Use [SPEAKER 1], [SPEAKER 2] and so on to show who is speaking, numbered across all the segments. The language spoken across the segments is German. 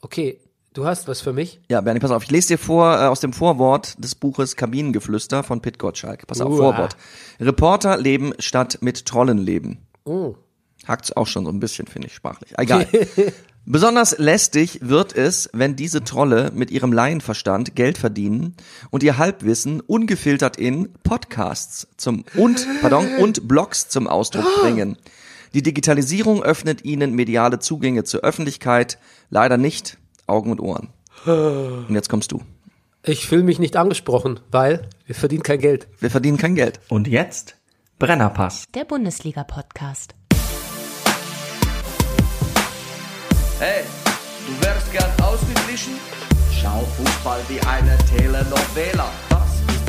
[SPEAKER 1] Okay, du hast was für mich?
[SPEAKER 2] Ja, Bernie, pass auf, ich lese dir vor äh, aus dem Vorwort des Buches Kabinengeflüster von Pit Gottschalk. Pass auf,
[SPEAKER 1] Uah.
[SPEAKER 2] Vorwort. Reporter leben statt mit Trollen leben.
[SPEAKER 1] Oh.
[SPEAKER 2] Hakt's auch schon so ein bisschen, finde ich, sprachlich. Egal. Besonders lästig wird es, wenn diese Trolle mit ihrem Laienverstand Geld verdienen und ihr Halbwissen ungefiltert in Podcasts zum und pardon und Blogs zum Ausdruck bringen. Die Digitalisierung öffnet ihnen mediale Zugänge zur Öffentlichkeit, leider nicht Augen und Ohren. Und jetzt kommst du.
[SPEAKER 1] Ich fühle mich nicht angesprochen, weil wir verdienen kein Geld.
[SPEAKER 2] Wir verdienen kein Geld.
[SPEAKER 3] Und jetzt Brennerpass.
[SPEAKER 4] Der Bundesliga-Podcast.
[SPEAKER 5] Hey, du wärst gern ausgeglichen? Schau Fußball wie eine Telenovela. Das ist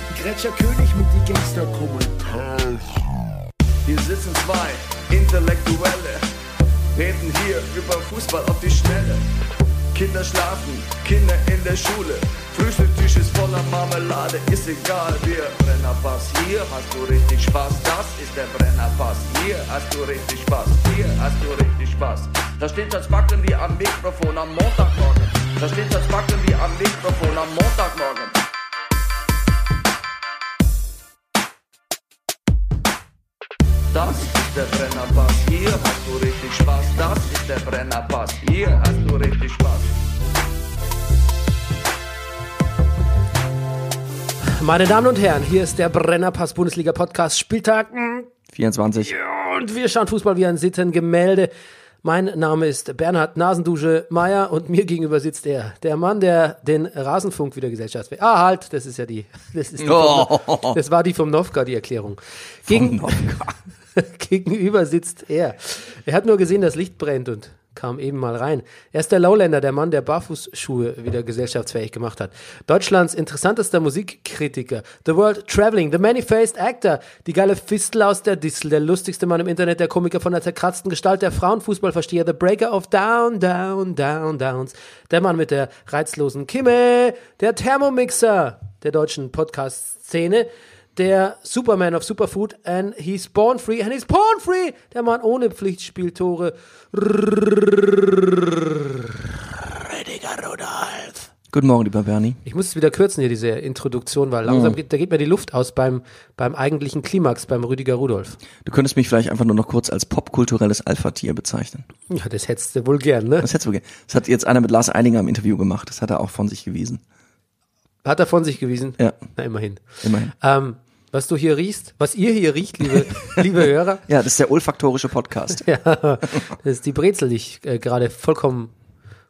[SPEAKER 6] Gretscher König mit die Gangster-Kommentare.
[SPEAKER 5] Hier sitzen zwei Intellektuelle, reden hier über Fußball auf die Schnelle. Kinder schlafen, Kinder in der Schule. Frühstücktisch ist voller Marmelade, ist egal, wir Brennerpass. Hier hast du richtig Spaß, das ist der Brennerpass. Hier hast du richtig Spaß, hier hast du richtig Spaß. Da steht das Backen wie am Mikrofon am Montagmorgen. Da steht das Backen wie am Mikrofon am Montagmorgen. Das ist der Brennerpass, hier hast du richtig Spaß. Das ist der Brennerpass, hier hast du richtig Spaß.
[SPEAKER 1] Meine Damen und Herren, hier ist der Brennerpass Bundesliga Podcast Spieltag
[SPEAKER 2] 24.
[SPEAKER 1] und wir schauen Fußball wie ein Sittengemälde. Mein Name ist Bernhard Nasendusche Meier und mir gegenüber sitzt er, der Mann, der den Rasenfunk wieder gesellschaftsfähig. Ah, halt, das ist ja die, das ist die
[SPEAKER 2] Oh.
[SPEAKER 1] das war die vom Novka, die Erklärung. Gegen, Gegenüber sitzt er. Er hat nur gesehen, das Licht brennt und kam eben mal rein. Er ist der Lowlander, der Mann, der Barfußschuhe wieder gesellschaftsfähig gemacht hat. Deutschlands interessantester Musikkritiker, The World Traveling, The Many-Faced Actor, die geile Fistel aus der Distel, der lustigste Mann im Internet, der Komiker von der zerkratzten Gestalt, der Frauenfußballversteher, The Breaker of Down, Down, Down, Downs, der Mann mit der reizlosen Kimme, der Thermomixer der deutschen Podcast-Szene, der Superman of Superfood and he's born free and he's born free. Der Mann ohne Pflichtspieltore. Rüdiger Rudolf.
[SPEAKER 2] Guten Morgen, lieber Bernie.
[SPEAKER 1] Ich muss es wieder kürzen hier, diese Introduktion, weil
[SPEAKER 2] Mm.
[SPEAKER 1] langsam geht, da geht mir die Luft aus beim, beim eigentlichen Klimax, beim Rüdiger Rudolf.
[SPEAKER 2] Du könntest mich vielleicht einfach nur noch kurz als popkulturelles Alpha-Tier bezeichnen.
[SPEAKER 1] Ja, das hättest du wohl gern, ne?
[SPEAKER 2] Das hättest du gern. Das hat jetzt einer mit Lars Eidinger im Interview gemacht. Das hat er auch von sich gewiesen.
[SPEAKER 1] Hat er von sich gewiesen?
[SPEAKER 2] Ja.
[SPEAKER 1] Na, immerhin.
[SPEAKER 2] Immerhin.
[SPEAKER 1] Ähm, was du hier riechst, was ihr hier riecht, liebe, liebe Hörer,
[SPEAKER 2] Ja, das ist der olfaktorische Podcast.
[SPEAKER 1] ja, das ist die Brezel, die ich äh, gerade vollkommen,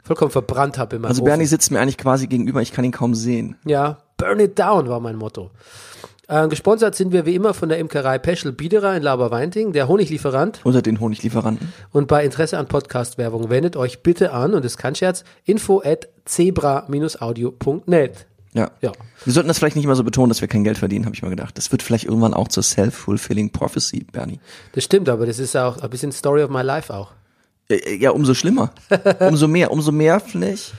[SPEAKER 1] vollkommen verbrannt habe in meinem
[SPEAKER 2] Also
[SPEAKER 1] Ofen.
[SPEAKER 2] Bernie sitzt mir eigentlich quasi gegenüber, ich kann ihn kaum sehen.
[SPEAKER 1] Ja, burn it down war mein Motto. Äh, gesponsert sind wir wie immer von der Imkerei Peschel Biederer in Laberweinting, der Honiglieferant.
[SPEAKER 2] Unter den Honiglieferanten.
[SPEAKER 1] Und bei Interesse an Podcast-Werbung wendet euch bitte an, und das ist kein Scherz, info at zebra-audio.net.
[SPEAKER 2] Ja.
[SPEAKER 1] Ja.
[SPEAKER 2] Wir sollten das vielleicht nicht immer so betonen, dass wir kein Geld verdienen, habe ich mal gedacht. Das wird vielleicht irgendwann auch zur Self-Fulfilling Prophecy, Bernie.
[SPEAKER 1] Das stimmt, aber das ist auch ein bisschen Story of my life auch.
[SPEAKER 2] Äh, äh, Ja, umso schlimmer. Umso mehr, umso mehr vielleicht.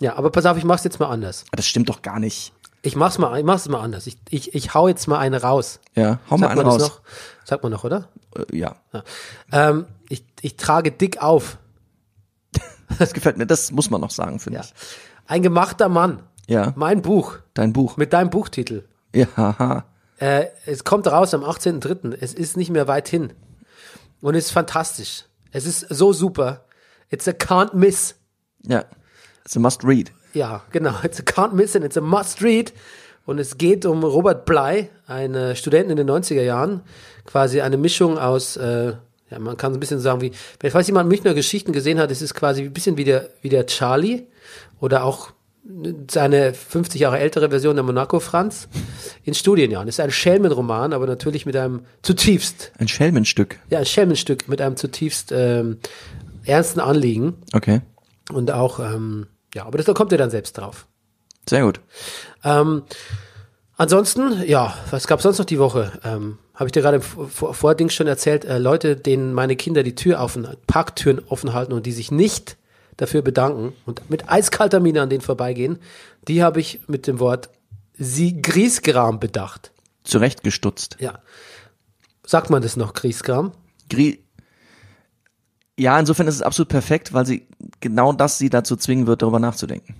[SPEAKER 1] Ja, aber pass auf, ich mach's jetzt mal anders.
[SPEAKER 2] Ah, Das stimmt doch gar nicht.
[SPEAKER 1] Ich mach's mal, ich mach's mal anders. Ich, ich, ich hau jetzt mal eine raus.
[SPEAKER 2] Ja, hau mal
[SPEAKER 1] Sagt
[SPEAKER 2] einen
[SPEAKER 1] man das
[SPEAKER 2] raus.
[SPEAKER 1] noch? Sagt man noch, oder?
[SPEAKER 2] Äh, Ja,
[SPEAKER 1] Ähm, ich, ich trage dick auf.
[SPEAKER 2] das gefällt mir. Das muss man noch sagen, finde
[SPEAKER 1] Ja.
[SPEAKER 2] ich.
[SPEAKER 1] Ein gemachter Mann.
[SPEAKER 2] Ja,
[SPEAKER 1] Mein Buch.
[SPEAKER 2] dein Buch.
[SPEAKER 1] Mit deinem Buchtitel.
[SPEAKER 2] Ja, haha.
[SPEAKER 1] Äh, es kommt raus am 18.03. Es ist nicht mehr weit hin. Und es ist fantastisch. Es ist so super. It's a can't miss.
[SPEAKER 2] Ja, it's a must read.
[SPEAKER 1] Ja, genau. It's a can't miss and it's a must read. Und es geht um Robert Bley, einen Studenten in den 90er Jahren. Quasi eine Mischung aus, äh, ja, man kann so ein bisschen sagen wie, wenn- falls jemand Münchner Geschichten gesehen hat, es ist quasi ein bisschen wie der, wie der Charlie oder auch seine 50 Jahre ältere Version der Monaco Franz in Studienjahren. Es ist ein Schelmenroman, aber natürlich mit einem zutiefst,
[SPEAKER 2] Ein Schelmenstück.
[SPEAKER 1] ja, ein Schelmenstück mit einem zutiefst ähm, ernsten Anliegen
[SPEAKER 2] Okay.
[SPEAKER 1] und auch ähm, Ja, aber das, da kommt ihr dann selbst drauf.
[SPEAKER 2] Sehr gut.
[SPEAKER 1] Ähm, ansonsten, ja, was gab's sonst noch die Woche? Ähm, Habe ich dir gerade im Vor- Vording schon erzählt, äh, Leute, denen meine Kinder die Tür offen, Parktüren offen halten und die sich nicht dafür bedanken und mit eiskalter Miene an denen vorbeigehen, die habe ich mit dem Wort Sie Griesgram bedacht.
[SPEAKER 2] Zurechtgestutzt.
[SPEAKER 1] Ja. Sagt man das noch, Griesgram?
[SPEAKER 2] Grie ja, insofern ist es absolut perfekt, weil sie genau das sie dazu zwingen wird, darüber nachzudenken.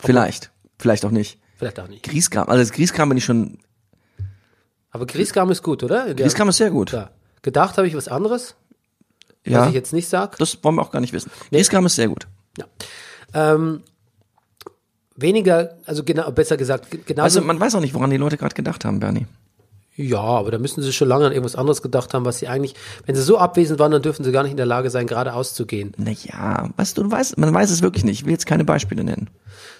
[SPEAKER 2] Vielleicht. Vielleicht auch nicht.
[SPEAKER 1] Vielleicht auch nicht.
[SPEAKER 2] Grieskram. Also das Grieskram bin ich schon.
[SPEAKER 1] Aber Griesgram ist gut, oder? In der-
[SPEAKER 2] Grieskram ist sehr gut.
[SPEAKER 1] Ja. Also Gedacht habe ich was anderes, was
[SPEAKER 2] Ja.
[SPEAKER 1] ich jetzt nicht sag.
[SPEAKER 2] Das wollen wir auch gar nicht wissen. Grieskram ist sehr gut.
[SPEAKER 1] Ähm, weniger, also genau, besser gesagt, ge- genauso.
[SPEAKER 2] Also man weiß auch nicht, woran die Leute gerade gedacht haben, Bernie.
[SPEAKER 1] ja, aber da müssen sie schon lange an irgendwas anderes gedacht haben, was sie eigentlich, wenn sie so abwesend waren, dann dürfen sie gar nicht in der Lage sein, geradeaus zu gehen.
[SPEAKER 2] Naja, weißt du, du weißt, man weiß es wirklich nicht. Ich will jetzt keine Beispiele nennen.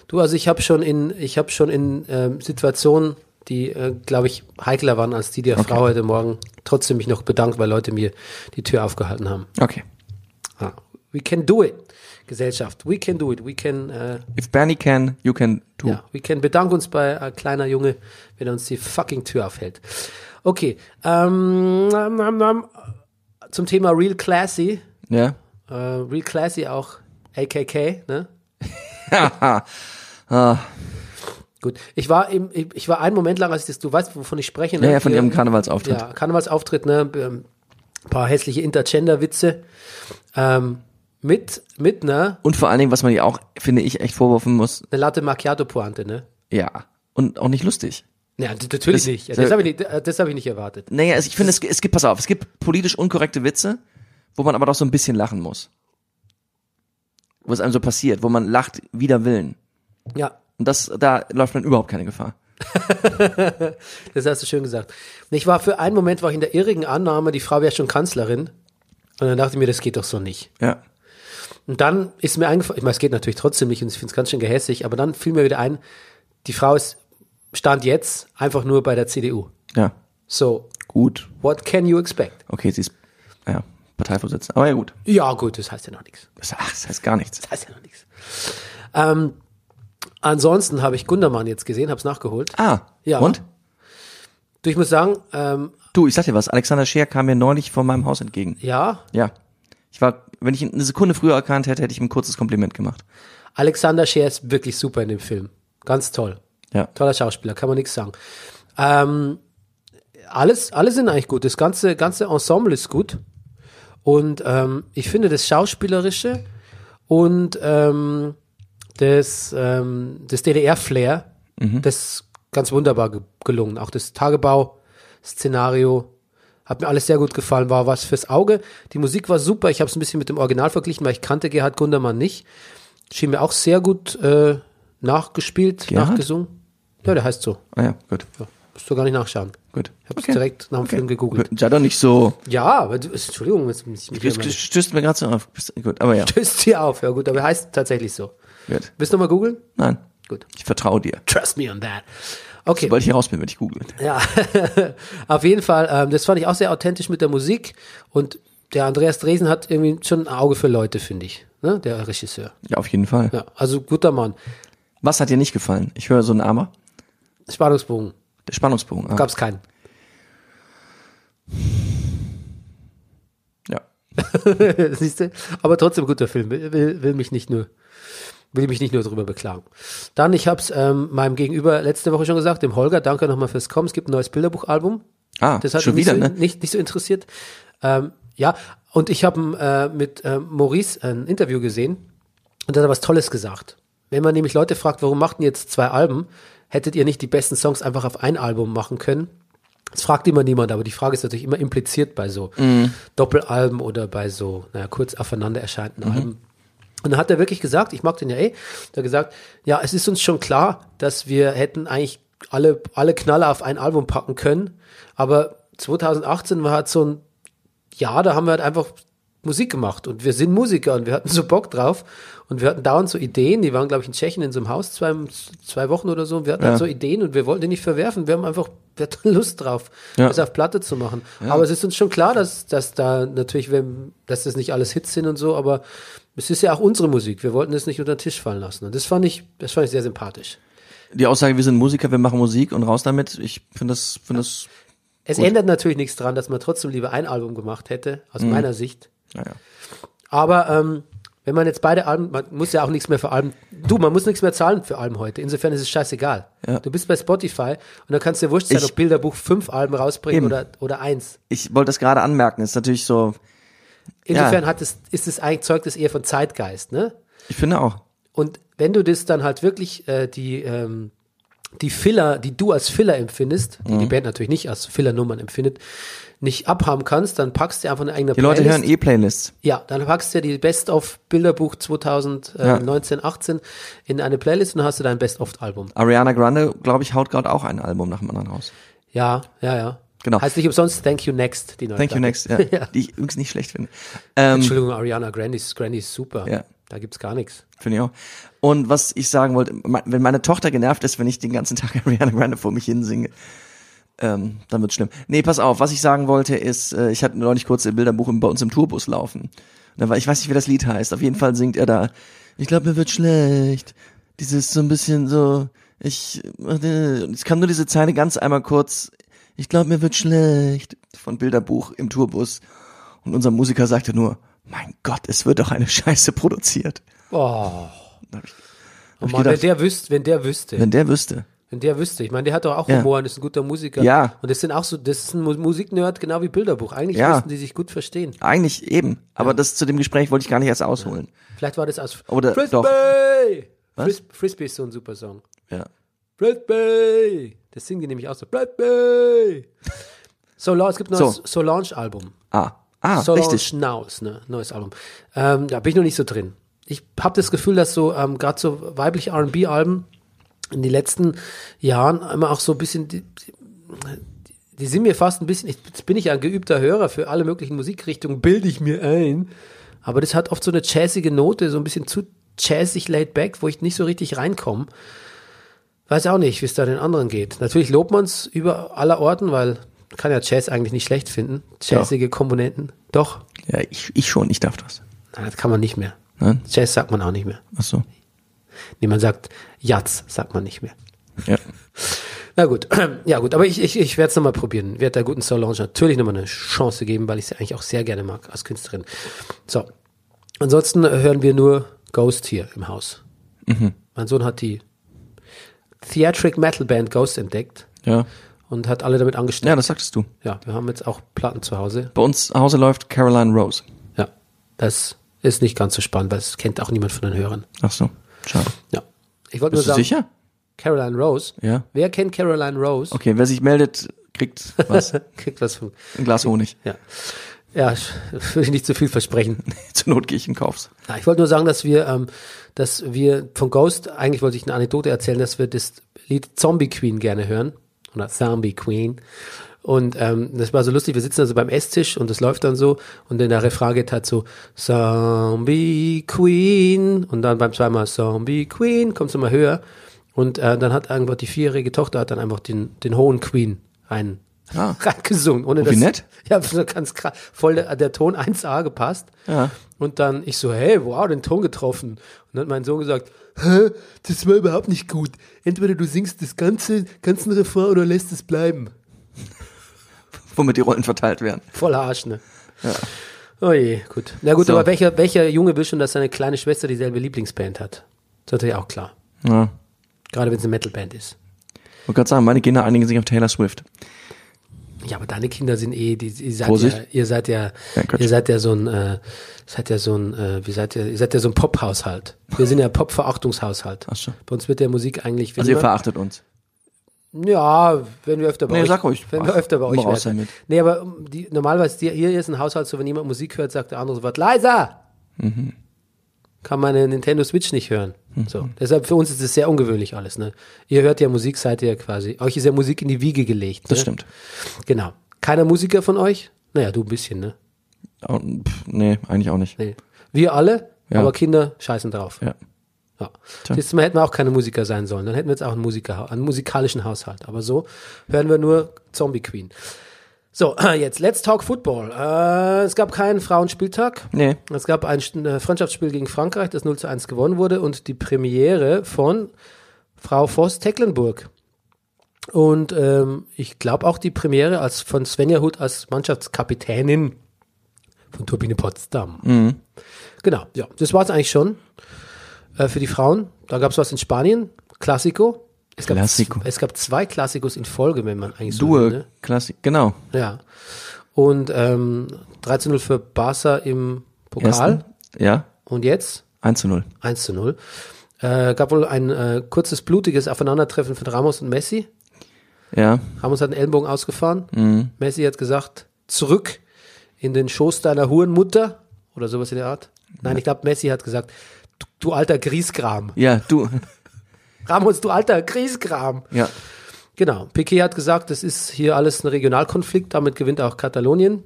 [SPEAKER 1] Du, also ich habe schon in, ich habe schon in ähm, Situationen, die, äh, glaube ich, heikler waren als die der Frau heute Morgen, trotzdem mich noch bedankt, weil Leute mir die Tür aufgehalten haben.
[SPEAKER 2] Okay.
[SPEAKER 1] Ah, we can do it, Gesellschaft. We can do it. We can, äh,
[SPEAKER 2] If Bernie can, you can too.
[SPEAKER 1] ja, we can. Bedank uns bei äh, kleiner Junge, wenn er uns die fucking Tür aufhält. Okay, ähm, nam, nam, nam. zum Thema Real Classy.
[SPEAKER 2] Ja.
[SPEAKER 1] Äh, Real Classy auch, AKK, ne?
[SPEAKER 2] Haha. Ah.
[SPEAKER 1] Gut, ich war im, ich, ich war einen Moment lang, als ich das, du weißt, wovon ich spreche, ne?
[SPEAKER 2] ja, ja, von
[SPEAKER 1] Hier-
[SPEAKER 2] ihrem Karnevalsauftritt.
[SPEAKER 1] Ja, Karnevalsauftritt, ne? Ähm, paar hässliche Intergender-Witze. Ähm, mit, mit, ne?
[SPEAKER 2] Und vor allen Dingen, was man ihr auch, finde ich, echt vorwerfen muss,
[SPEAKER 1] Eine Latte Macchiato-Pointe, ne?
[SPEAKER 2] ja. Und auch nicht lustig.
[SPEAKER 1] Ja, d- natürlich
[SPEAKER 2] Das-
[SPEAKER 1] nicht. Ja,
[SPEAKER 2] sehr-
[SPEAKER 1] das habe ich, nicht- äh, das hab ich nicht erwartet.
[SPEAKER 2] Naja, also ich finde, es, es gibt, pass auf, es gibt politisch unkorrekte Witze, wo man aber doch so ein bisschen lachen muss. Wo es einem so passiert, wo man lacht wider Willen.
[SPEAKER 1] Ja,
[SPEAKER 2] Und das, da läuft man überhaupt keine Gefahr.
[SPEAKER 1] das hast du schön gesagt. Und Ich war für einen Moment war ich in der irrigen Annahme, die Frau wäre schon Kanzlerin. Und dann dachte ich mir, das geht doch so nicht.
[SPEAKER 2] Ja.
[SPEAKER 1] Und dann ist mir eingefallen, ich meine, es geht natürlich trotzdem nicht und ich finde es ganz schön gehässig, aber dann fiel mir wieder ein, die Frau ist, stand jetzt einfach nur bei der CDU.
[SPEAKER 2] Ja.
[SPEAKER 1] So,
[SPEAKER 2] Gut.
[SPEAKER 1] what can you expect?
[SPEAKER 2] Okay, sie ist, ja, Parteivorsitzende. Aber ja, gut.
[SPEAKER 1] Ja, gut, das heißt ja noch nichts.
[SPEAKER 2] Das, ach, das heißt gar nichts.
[SPEAKER 1] Das heißt ja noch nichts. Ähm, ansonsten habe ich Gundermann jetzt gesehen, habe es nachgeholt.
[SPEAKER 2] Ah.
[SPEAKER 1] Ja.
[SPEAKER 2] Und?
[SPEAKER 1] Du, ich muss sagen, ähm,
[SPEAKER 2] Du, ich sag dir was. Alexander Scheer kam mir neulich vor meinem Haus entgegen.
[SPEAKER 1] ja,
[SPEAKER 2] Ja. Ich war, wenn ich ihn eine Sekunde früher erkannt hätte, hätte ich ihm ein kurzes Kompliment gemacht.
[SPEAKER 1] Alexander Scheer ist wirklich super in dem Film. Ganz toll.
[SPEAKER 2] Ja.
[SPEAKER 1] Toller Schauspieler, kann man nichts sagen. Ähm, alles, alles sind eigentlich gut. Das ganze, ganze Ensemble ist gut. Und ähm, ich finde das Schauspielerische und ähm, das, ähm, das DDR-Flair, das ist ganz wunderbar ge gelungen. Auch das Tagebau-Szenario hat mir alles sehr gut gefallen, war was fürs Auge. Die Musik war super. Ich habe es ein bisschen mit dem Original verglichen, weil ich kannte Gerhard Gundermann nicht. Schien mir auch sehr gut äh, nachgespielt,
[SPEAKER 2] Gerhard?
[SPEAKER 1] nachgesungen. Ja, der heißt so.
[SPEAKER 2] Ah ja, gut.
[SPEAKER 1] Ja, musst du gar nicht nachschauen.
[SPEAKER 2] Gut.
[SPEAKER 1] Ich habe es direkt nach dem Film gegoogelt.
[SPEAKER 2] Ja, doch nicht so.
[SPEAKER 1] Ja, aber du, Entschuldigung, jetzt muss ich mich
[SPEAKER 2] Das
[SPEAKER 1] hier mal-
[SPEAKER 2] stößt mir gerade so auf. Gut, aber ja.
[SPEAKER 1] Tschüss dir auf. Ja gut, aber heißt tatsächlich so.
[SPEAKER 2] Gut.
[SPEAKER 1] Willst du nochmal googeln?
[SPEAKER 2] Nein.
[SPEAKER 1] Gut.
[SPEAKER 2] Ich vertraue dir.
[SPEAKER 1] Trust me on that. Okay,
[SPEAKER 2] Sobald ich hier raus bin, werde ich googeln.
[SPEAKER 1] ja. auf jeden Fall, ähm, das fand ich auch sehr authentisch mit der Musik und der Andreas Dresen hat irgendwie schon ein Auge für Leute, finde ich, ne? der Regisseur.
[SPEAKER 2] Ja, auf jeden Fall.
[SPEAKER 1] Ja, also guter Mann.
[SPEAKER 2] Was hat dir nicht gefallen? Ich höre so einen Armer.
[SPEAKER 1] Spannungsbogen,
[SPEAKER 2] Der Spannungsbogen. Ah.
[SPEAKER 1] gab's keinen.
[SPEAKER 2] Ja.
[SPEAKER 1] Siehst du? Aber trotzdem guter Film. Will, will, will mich nicht nur will mich nicht nur darüber beklagen. Dann, ich habe es ähm, meinem Gegenüber letzte Woche schon gesagt, dem Holger, danke nochmal fürs Kommen. Es gibt ein neues Bilderbuchalbum.
[SPEAKER 2] Ah,
[SPEAKER 1] Das hat
[SPEAKER 2] schon
[SPEAKER 1] mich
[SPEAKER 2] wieder,
[SPEAKER 1] nicht so,
[SPEAKER 2] ne?
[SPEAKER 1] nicht, nicht so interessiert. Ähm, ja, und ich habe äh, mit ähm, Maurice ein Interview gesehen und da hat er was Tolles gesagt. Wenn man nämlich Leute fragt, warum machten jetzt zwei Alben, hättet ihr nicht die besten Songs einfach auf ein Album machen können? Das fragt immer niemand, aber die Frage ist natürlich immer impliziert bei so
[SPEAKER 2] Mhm.
[SPEAKER 1] Doppelalben oder bei so, naja, kurz aufeinander erscheinenden
[SPEAKER 2] Mhm.
[SPEAKER 1] Alben. Und dann hat er wirklich gesagt, ich mag den ja eh, da hat gesagt, ja, es ist uns schon klar, dass wir hätten eigentlich alle, alle Knaller auf ein Album packen können, aber 2018 war halt so ein Jahr, da haben wir halt einfach Musik gemacht und wir sind Musiker und wir hatten so Bock drauf und wir hatten dauernd so Ideen, die waren glaube ich in Tschechien in so einem Haus zwei, zwei Wochen oder so und wir hatten halt so Ideen und wir wollten die nicht verwerfen, wir haben einfach wir hatten Lust drauf,
[SPEAKER 2] Ja.
[SPEAKER 1] das auf Platte zu machen. Aber es ist uns schon klar, dass, dass da natürlich, wenn, dass das nicht alles Hits sind und so, aber Es ist ja auch unsere Musik. Wir wollten es nicht unter den Tisch fallen lassen. Und das fand ich, das fand ich sehr sympathisch.
[SPEAKER 2] Die Aussage, wir sind Musiker, wir machen Musik und raus damit, ich finde das, finde das,
[SPEAKER 1] Es ändert natürlich nichts dran, dass man trotzdem lieber ein Album gemacht hätte, aus
[SPEAKER 2] Mhm.
[SPEAKER 1] meiner Sicht.
[SPEAKER 2] naja.
[SPEAKER 1] Aber ähm, wenn man jetzt beide Alben, man muss ja auch nichts mehr für Alben, du, man muss nichts mehr zahlen für Alben heute. Insofern ist es scheißegal.
[SPEAKER 2] Ja.
[SPEAKER 1] Du bist bei Spotify und dann kannst dir wurscht sein,
[SPEAKER 2] Ich-
[SPEAKER 1] ob Bilderbuch fünf Alben rausbringt
[SPEAKER 2] Eben.
[SPEAKER 1] oder, oder eins.
[SPEAKER 2] Ich wollte das gerade anmerken, ist natürlich so,
[SPEAKER 1] Insofern
[SPEAKER 2] Ja.
[SPEAKER 1] hat es, ist es eigentlich, zeugt es eher von Zeitgeist, ne?
[SPEAKER 2] ich finde auch.
[SPEAKER 1] Und wenn du das dann halt wirklich äh, die, ähm, die Filler, die du als Filler empfindest, die
[SPEAKER 2] Mhm.
[SPEAKER 1] die Band natürlich nicht als Filler-Nummern empfindet, nicht abhaben kannst, dann packst du einfach eine eigene
[SPEAKER 2] Die Leute hören eh Playlists.
[SPEAKER 1] Ja, dann packst du ja die Best-of-Bilderbuch 2019, 18 in eine Playlist und dann hast du dein Best-of-Album.
[SPEAKER 2] Ariana Grande, glaube ich, haut gerade auch ein Album nach dem anderen raus.
[SPEAKER 1] Ja, ja, ja.
[SPEAKER 2] Genau.
[SPEAKER 1] Heißt nicht umsonst Thank You Next, die neue
[SPEAKER 2] Thank you
[SPEAKER 1] Platte.
[SPEAKER 2] next, ja, die ich übrigens nicht schlecht finde. Ähm,
[SPEAKER 1] Entschuldigung, Ariana Grande ist, Grande ist super.
[SPEAKER 2] Ja.
[SPEAKER 1] Da gibt's gar nichts.
[SPEAKER 2] Finde ich auch. Und was ich sagen wollte, me- wenn meine Tochter genervt ist, wenn ich den ganzen Tag Ariana Grande vor mich hin singe, ähm, dann wird's schlimm. Nee, pass auf, was ich sagen wollte ist, äh, ich hatte neulich kurz im Bilderbuch im- bei uns im Tourbus laufen. Und da war, ich weiß nicht, wie das Lied heißt. Auf jeden Fall singt er da, ich glaube, mir wird schlecht. Dieses so ein bisschen so, ich, äh, es kam nur diese Zeile ganz einmal kurz, ich glaube, mir wird schlecht von Bilderbuch im Tourbus. Und unser Musiker sagte nur, mein Gott, es wird doch eine Scheiße produziert.
[SPEAKER 1] Oh,
[SPEAKER 2] Hab ich
[SPEAKER 1] Mann, wenn
[SPEAKER 2] gedacht,
[SPEAKER 1] der wüsste, wenn der wüsste.
[SPEAKER 2] wenn der wüsste.
[SPEAKER 1] Wenn der wüsste, ich meine, der hat doch auch
[SPEAKER 2] Ja.
[SPEAKER 1] Humor und ist ein guter Musiker.
[SPEAKER 2] Ja.
[SPEAKER 1] Und das sind auch so, das ist ein Mu- Musiknerd, genau wie Bilderbuch. Eigentlich
[SPEAKER 2] Ja.
[SPEAKER 1] müssten die sich gut verstehen.
[SPEAKER 2] Eigentlich eben. Aber das zu dem Gespräch wollte ich gar nicht erst ausholen.
[SPEAKER 1] Vielleicht war das aus
[SPEAKER 2] Oder doch.
[SPEAKER 1] Frisbee! Fris Frisbee ist so ein super Song.
[SPEAKER 2] Ja.
[SPEAKER 1] Frisbee! Das singen die nämlich auch so. Frisbee! Solange, es gibt ein neues
[SPEAKER 2] So.
[SPEAKER 1] Solange-Album.
[SPEAKER 2] Ah. Ah,
[SPEAKER 1] Solange
[SPEAKER 2] richtig.
[SPEAKER 1] Now ist ne? neues Album. Ähm, da bin ich noch nicht so drin. Ich habe das Gefühl, dass so ähm, gerade so weibliche R&B-Alben in den letzten Jahren immer auch so ein bisschen die, die sind mir fast ein bisschen, ich, jetzt bin ich ja ein geübter Hörer für alle möglichen Musikrichtungen, bilde ich mir ein. Aber das hat oft so eine jazzige Note, so ein bisschen zu jazzig laid back, wo ich nicht so richtig reinkomme. Weiß auch nicht, wie es da den anderen geht. Natürlich lobt man es über aller Orten, weil kann ja Jazz eigentlich nicht schlecht finden. Jazzige Komponenten. Doch,
[SPEAKER 2] Ja, ich, ich schon, ich darf das.
[SPEAKER 1] Nein, das kann man nicht mehr.
[SPEAKER 2] Nein?
[SPEAKER 1] Jazz sagt man auch nicht mehr.
[SPEAKER 2] Ach so.
[SPEAKER 1] Nee, man sagt Jazz, sagt man nicht mehr.
[SPEAKER 2] Ja.
[SPEAKER 1] Na gut, ja gut, aber ich, ich, ich werde es nochmal probieren. Werde der guten Solange natürlich nochmal eine Chance geben, weil ich sie eigentlich auch sehr gerne mag als Künstlerin. So, ansonsten hören wir nur Ghost hier im Haus.
[SPEAKER 2] Mhm.
[SPEAKER 1] Mein Sohn hat die Theatric Metal Band Ghost entdeckt
[SPEAKER 2] Ja.
[SPEAKER 1] und hat alle damit angestellt.
[SPEAKER 2] Ja, das sagtest du.
[SPEAKER 1] Ja, wir haben jetzt auch Platten zu Hause.
[SPEAKER 2] Bei uns zu Hause läuft Caroline Rose.
[SPEAKER 1] Ja, das ist nicht ganz so spannend, weil es kennt auch niemand von den Hörern.
[SPEAKER 2] Ach so. Schade.
[SPEAKER 1] Ja, ich wollte nur
[SPEAKER 2] Bist du
[SPEAKER 1] sagen,
[SPEAKER 2] sicher?
[SPEAKER 1] Caroline Rose.
[SPEAKER 2] Ja.
[SPEAKER 1] Wer kennt Caroline Rose?
[SPEAKER 2] Okay, wer sich meldet, kriegt was.
[SPEAKER 1] Kriegt was von.
[SPEAKER 2] Ein Glas Honig.
[SPEAKER 1] Ja. Ja, ich will nicht zu viel versprechen.
[SPEAKER 2] Zur Not gehe ich und kauf's.
[SPEAKER 1] Ja, ich wollte nur sagen, dass wir, ähm, dass wir von Ghost, eigentlich wollte ich eine Anekdote erzählen, dass wir das Lied Zombie Queen gerne hören. Oder Zombie Queen. Und ähm, das war so lustig, wir sitzen also beim Esstisch und das läuft dann so und dann der Refrain geht halt so Zombie Queen und dann beim zweimal Zombie Queen kommt es immer höher und äh, dann hat irgendwann die vierjährige Tochter hat dann einfach den, den hohen Queen rein,
[SPEAKER 2] Ah.
[SPEAKER 1] reingesungen. Ohne
[SPEAKER 2] Oh, wie nett.
[SPEAKER 1] ja, so ganz krass. Voll der, der Ton 1A gepasst.
[SPEAKER 2] Ja.
[SPEAKER 1] Und dann ich so, hey, wow, den Ton getroffen. Und dann hat mein Sohn gesagt, Hä, das war überhaupt nicht gut. Entweder du singst das ganze, ganzen Refrain oder lässt es bleiben.
[SPEAKER 2] Womit die Rollen verteilt werden.
[SPEAKER 1] Voll Arsch, ne? Ja. Oh je, gut. Na gut,
[SPEAKER 2] So.
[SPEAKER 1] aber welcher, welcher Junge will schon, dass seine kleine Schwester dieselbe Lieblingsband hat? Das ist natürlich auch klar.
[SPEAKER 2] Ja.
[SPEAKER 1] Gerade wenn es eine Metalband ist.
[SPEAKER 2] Wollte gerade sagen, meine Kinder einigen sich auf Taylor Swift.
[SPEAKER 1] Ja, aber deine Kinder sind eh, die, ihr seid
[SPEAKER 2] Vorsicht.
[SPEAKER 1] ja, ihr seid ja,
[SPEAKER 2] Ja, Quatsch.
[SPEAKER 1] ihr seid ja so ein, äh, seid ja so ein, äh, wie seid ihr, ihr seid ja so ein Pop-Haushalt. Wir sind ja Pop-Verachtungshaushalt.
[SPEAKER 2] Ach so.
[SPEAKER 1] Bei uns wird der Musik eigentlich, wenn
[SPEAKER 2] Also ihr
[SPEAKER 1] immer-
[SPEAKER 2] verachtet uns.
[SPEAKER 1] ja, wenn wir öfter bei
[SPEAKER 2] Nee,
[SPEAKER 1] euch,
[SPEAKER 2] sag ruhig.
[SPEAKER 1] wenn wir öfter bei
[SPEAKER 2] Mal
[SPEAKER 1] euch
[SPEAKER 2] raus
[SPEAKER 1] wären.
[SPEAKER 2] damit.
[SPEAKER 1] Nee, aber um, die, normalerweise, die, hier ist ein Haushalt so, wenn jemand Musik hört, sagt der andere sofort, leiser!
[SPEAKER 2] Mhm.
[SPEAKER 1] Kann meine Nintendo Switch nicht hören. So. Deshalb für uns ist es sehr ungewöhnlich alles, ne? Ihr hört ja Musik, seid ihr quasi, euch ist ja Musik in die Wiege gelegt.
[SPEAKER 2] Das
[SPEAKER 1] ne?
[SPEAKER 2] stimmt.
[SPEAKER 1] Genau. Keiner Musiker von euch? Naja, du ein bisschen, ne?
[SPEAKER 2] Oh, pff, nee, eigentlich auch nicht.
[SPEAKER 1] Nee. Wir alle,
[SPEAKER 2] Ja.
[SPEAKER 1] aber Kinder scheißen drauf.
[SPEAKER 2] Ja.
[SPEAKER 1] Ja. Letztes Mal hätten wir auch keine Musiker sein sollen. Dann hätten wir jetzt auch einen, Musiker, einen musikalischen Haushalt. Aber so hören wir nur Zombie Queen. So, jetzt, let's talk Football. Äh, es gab keinen Frauenspieltag.
[SPEAKER 2] Nee.
[SPEAKER 1] Es gab ein St- äh, Freundschaftsspiel gegen Frankreich, das 0 zu 1 gewonnen wurde und die Premiere von Frau Voss Tecklenburg. Und ähm, ich glaube auch die Premiere als, von Svenja Huth als Mannschaftskapitänin von Turbine Potsdam.
[SPEAKER 2] Mhm.
[SPEAKER 1] Genau, ja. Das war es eigentlich schon äh, für die Frauen. Da gab es was in Spanien, Classico. Es gab,
[SPEAKER 2] Classico.
[SPEAKER 1] Es gab zwei Klassikos in Folge, wenn man eigentlich so will, ne?
[SPEAKER 2] Due, Klassik, genau.
[SPEAKER 1] Ja. Und ähm, 13-0 für Barca im Pokal.
[SPEAKER 2] Ersten, ja,
[SPEAKER 1] Und jetzt
[SPEAKER 2] 1 zu 0.
[SPEAKER 1] 1 zu 0. Äh, gab wohl ein äh, kurzes, blutiges Aufeinandertreffen von Ramos und Messi.
[SPEAKER 2] Ja,
[SPEAKER 1] Ramos hat den Ellenbogen ausgefahren. Messi hat gesagt, zurück in den Schoß deiner Hurenmutter oder sowas in der Art. Nein, ich glaube, Messi hat gesagt, du, du alter Griesgram.
[SPEAKER 2] ja, du,
[SPEAKER 1] Ramos, du alter Griesgram.
[SPEAKER 2] ja,
[SPEAKER 1] Genau. Piquet hat gesagt, das ist hier alles ein Regionalkonflikt, damit gewinnt auch Katalonien.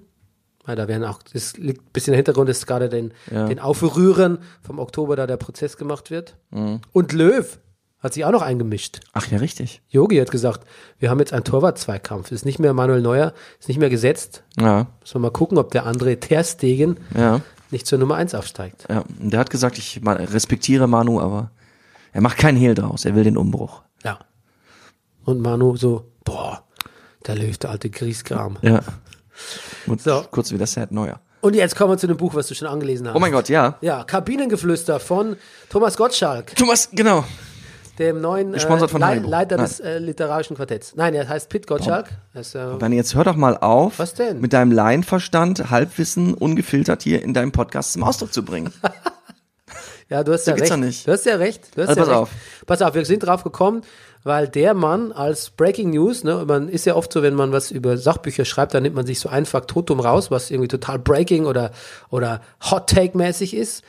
[SPEAKER 1] Ja, da werden auch, das liegt ein bisschen im Hintergrund, ist gerade den,
[SPEAKER 2] Ja.
[SPEAKER 1] den Aufrühren vom Oktober, da der Prozess gemacht wird.
[SPEAKER 2] Mhm.
[SPEAKER 1] Und Löw hat sich auch noch eingemischt.
[SPEAKER 2] ach ja, richtig.
[SPEAKER 1] Yogi hat gesagt, wir haben jetzt einen Torwart-Zweikampf. Ist nicht mehr Manuel Neuer, ist nicht mehr gesetzt.
[SPEAKER 2] Ja,
[SPEAKER 1] Müssen wir mal gucken, ob der André Ter Stegen
[SPEAKER 2] ja,
[SPEAKER 1] nicht zur Nummer 1 aufsteigt.
[SPEAKER 2] ja. Und Der hat gesagt, ich ma- respektiere Manu, aber er macht keinen Hehl draus, er will den Umbruch.
[SPEAKER 1] Ja. Und Manu so, boah, der Löw, der alte Griesgram.
[SPEAKER 2] Ja. Und
[SPEAKER 1] So.
[SPEAKER 2] kurz wieder Sad Neuer.
[SPEAKER 1] Und jetzt kommen wir zu dem Buch, was du schon angelesen hast.
[SPEAKER 2] Oh mein Gott, ja.
[SPEAKER 1] Ja, Kabinengeflüster von Thomas Gottschalk,
[SPEAKER 2] Thomas, genau.
[SPEAKER 1] dem neuen äh,
[SPEAKER 2] Gesponsert von Haribo.
[SPEAKER 1] Leiter
[SPEAKER 2] Nein.
[SPEAKER 1] des äh, literarischen Quartetts. Nein, er heißt Pitt Gottschalk. Er ist, äh,
[SPEAKER 2] Dann jetzt hör doch mal auf,
[SPEAKER 1] Was denn?
[SPEAKER 2] mit deinem Laienverstand, Halbwissen, ungefiltert hier in deinem Podcast zum Ausdruck zu bringen.
[SPEAKER 1] ja, du hast ja recht.
[SPEAKER 2] gibt's doch nicht.
[SPEAKER 1] Du hast ja recht. Du hast
[SPEAKER 2] Also
[SPEAKER 1] ja
[SPEAKER 2] pass
[SPEAKER 1] recht.
[SPEAKER 2] auf.
[SPEAKER 1] Pass auf, wir sind drauf gekommen, weil der Mann als Breaking News, ne, man ist ja oft so, wenn man was über Sachbücher schreibt, dann nimmt man sich so ein Faktotum raus, was irgendwie total breaking oder, oder Hot Take mäßig ist,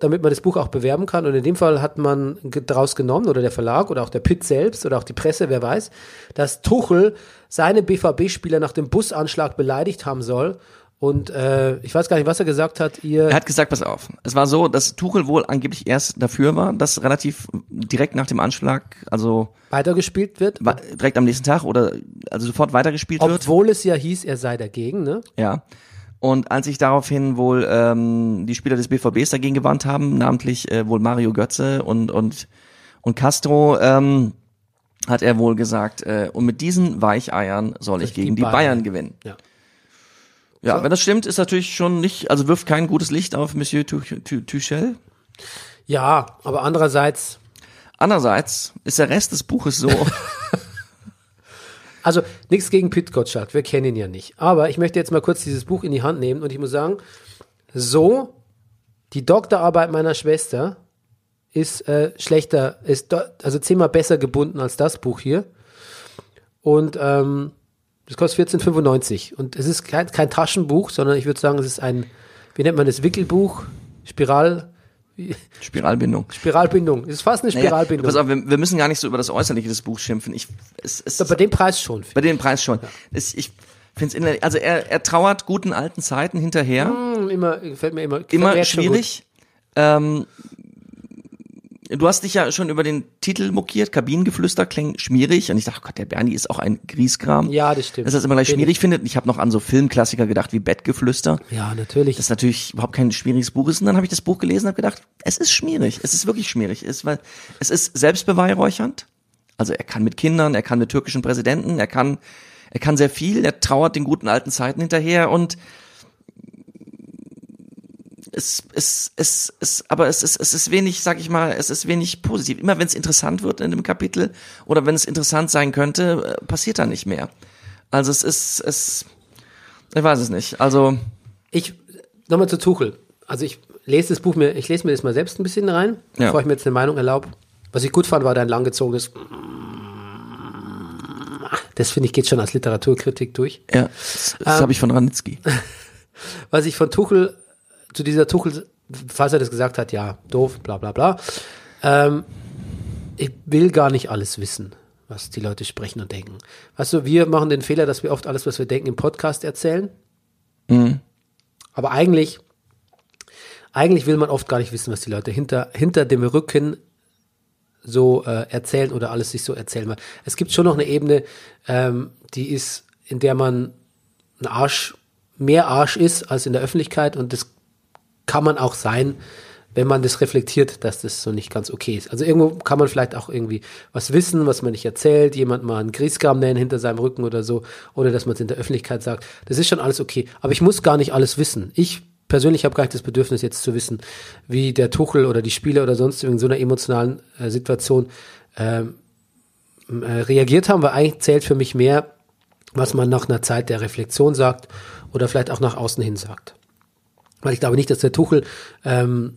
[SPEAKER 1] damit man das Buch auch bewerben kann. Und in dem Fall hat man ge- draus genommen, oder der Verlag, oder auch der Pitt selbst, oder auch die Presse, wer weiß, dass Tuchel seine BVB-Spieler nach dem Busanschlag beleidigt haben soll. Und äh, ich weiß gar nicht, was er gesagt hat. Ihr
[SPEAKER 2] Er hat gesagt, pass auf. Es war so, dass Tuchel wohl angeblich erst dafür war, dass relativ direkt nach dem Anschlag, also
[SPEAKER 1] weitergespielt wird.
[SPEAKER 2] wa- direkt am nächsten Tag oder also sofort weitergespielt wird.
[SPEAKER 1] Obwohl es ja hieß, er sei dagegen, ne?
[SPEAKER 2] Ja. Und als sich daraufhin wohl ähm, die Spieler des BVBs dagegen gewarnt haben, namentlich äh, wohl Mario Götze und und und Castro, ähm, hat er wohl gesagt, äh, und mit diesen Weicheiern soll ich gegen die Bayern, gewinnen.
[SPEAKER 1] Ja.
[SPEAKER 2] Ja, wenn das stimmt, ist natürlich schon nicht, also wirft kein gutes Licht auf Monsieur Tuch- Tu- Tuchel.
[SPEAKER 1] Ja, aber andererseits,
[SPEAKER 2] Andererseits ist der Rest des Buches so,
[SPEAKER 1] also nichts gegen Pit Gottschalk, wir kennen ihn ja nicht. Aber ich möchte jetzt mal kurz dieses Buch in die Hand nehmen und ich muss sagen, so die Doktorarbeit meiner Schwester ist äh, schlechter, ist do, also zehnmal besser gebunden als das Buch hier. Und ähm, das kostet 14,95. Und es ist kein, kein Taschenbuch, sondern ich würde sagen, es ist ein, wie nennt man das, Wickelbuch, Spiral,
[SPEAKER 2] Spiralbindung.
[SPEAKER 1] Spiralbindung. Es ist fast eine
[SPEAKER 2] Naja,
[SPEAKER 1] Spiralbindung.
[SPEAKER 2] pass auf, wir, wir müssen gar nicht so über das Äußerliche des Buchs schimpfen. Ich, es, es,
[SPEAKER 1] Bei dem Preis schon.
[SPEAKER 2] Bei dem Preis schon. Es- ich finde es innerlich, also er, er trauert guten alten Zeiten hinterher.
[SPEAKER 1] Hm, Immer, gefällt mir immer. gefällt mir
[SPEAKER 2] Immer
[SPEAKER 1] jetzt schon
[SPEAKER 2] schwierig. Ähm, du hast dich ja schon über den Titel mokiert, Kabinengeflüster klingt schmierig. Und ich dachte, oh Gott, der Bernie ist auch ein Griesgram.
[SPEAKER 1] Ja, das stimmt.
[SPEAKER 2] Dass er es immer gleich
[SPEAKER 1] Bin
[SPEAKER 2] schmierig findet. Und Ich habe noch an so Filmklassiker gedacht wie Bettgeflüster.
[SPEAKER 1] gut. Ja, natürlich.
[SPEAKER 2] Das natürlich überhaupt kein schwieriges Buch ist. Und dann habe ich das Buch gelesen und habe gedacht, es ist schmierig. Es ist wirklich schmierig. Es, ist, weil, es ist selbstbeweihräuchernd. Also er kann mit Kindern, er kann mit türkischen Präsidenten, er kann, er kann sehr viel, er trauert den guten alten Zeiten hinterher und es, es, es, es, aber es ist, es ist wenig, sag ich mal, es ist wenig positiv. Immer wenn es interessant wird in dem Kapitel oder wenn es interessant sein könnte, äh, passiert da nicht mehr. Also es ist, es, ich weiß es nicht. Also,
[SPEAKER 1] ich, nochmal zu Tuchel. Also ich lese das Buch mir, ich lese mir das mal selbst ein bisschen rein,
[SPEAKER 2] Ja.
[SPEAKER 1] bevor ich mir jetzt eine Meinung erlaube. Was ich gut fand, war dein langgezogenes. Das finde ich geht schon als Literaturkritik durch.
[SPEAKER 2] Ja, das, das habe ich von Ranitzky.
[SPEAKER 1] was ich von Tuchel zu dieser Tuchel, falls er das gesagt hat, ja, doof, bla bla bla. Ähm, ich will gar nicht alles wissen, was die Leute sprechen und denken. Weißt du, wir machen den Fehler, dass wir oft alles, was wir denken, im Podcast erzählen. Aber eigentlich, eigentlich will man oft gar nicht wissen, was die Leute hinter, hinter dem Rücken so äh, erzählen oder alles sich so erzählen. Weil es gibt schon noch eine Ebene, ähm, die ist, in der man ein Arsch, mehr Arsch ist als in der Öffentlichkeit und das kann man auch sein, wenn man das reflektiert, dass das so nicht ganz okay ist. Also irgendwo kann man vielleicht auch irgendwie was wissen, was man nicht erzählt, jemand mal einen Grießkram nennen hinter seinem Rücken oder so, oder dass man es in der Öffentlichkeit sagt. Das ist schon alles okay. Aber ich muss gar nicht alles wissen. Ich persönlich habe gar nicht das Bedürfnis, jetzt zu wissen, wie der Tuchel oder die Spieler oder sonst in so einer emotionalen äh, Situation ähm, äh, reagiert haben, weil eigentlich zählt für mich mehr, was man nach einer Zeit der Reflexion sagt oder vielleicht auch nach außen hin sagt. Weil ich glaube nicht, dass der Tuchel ähm,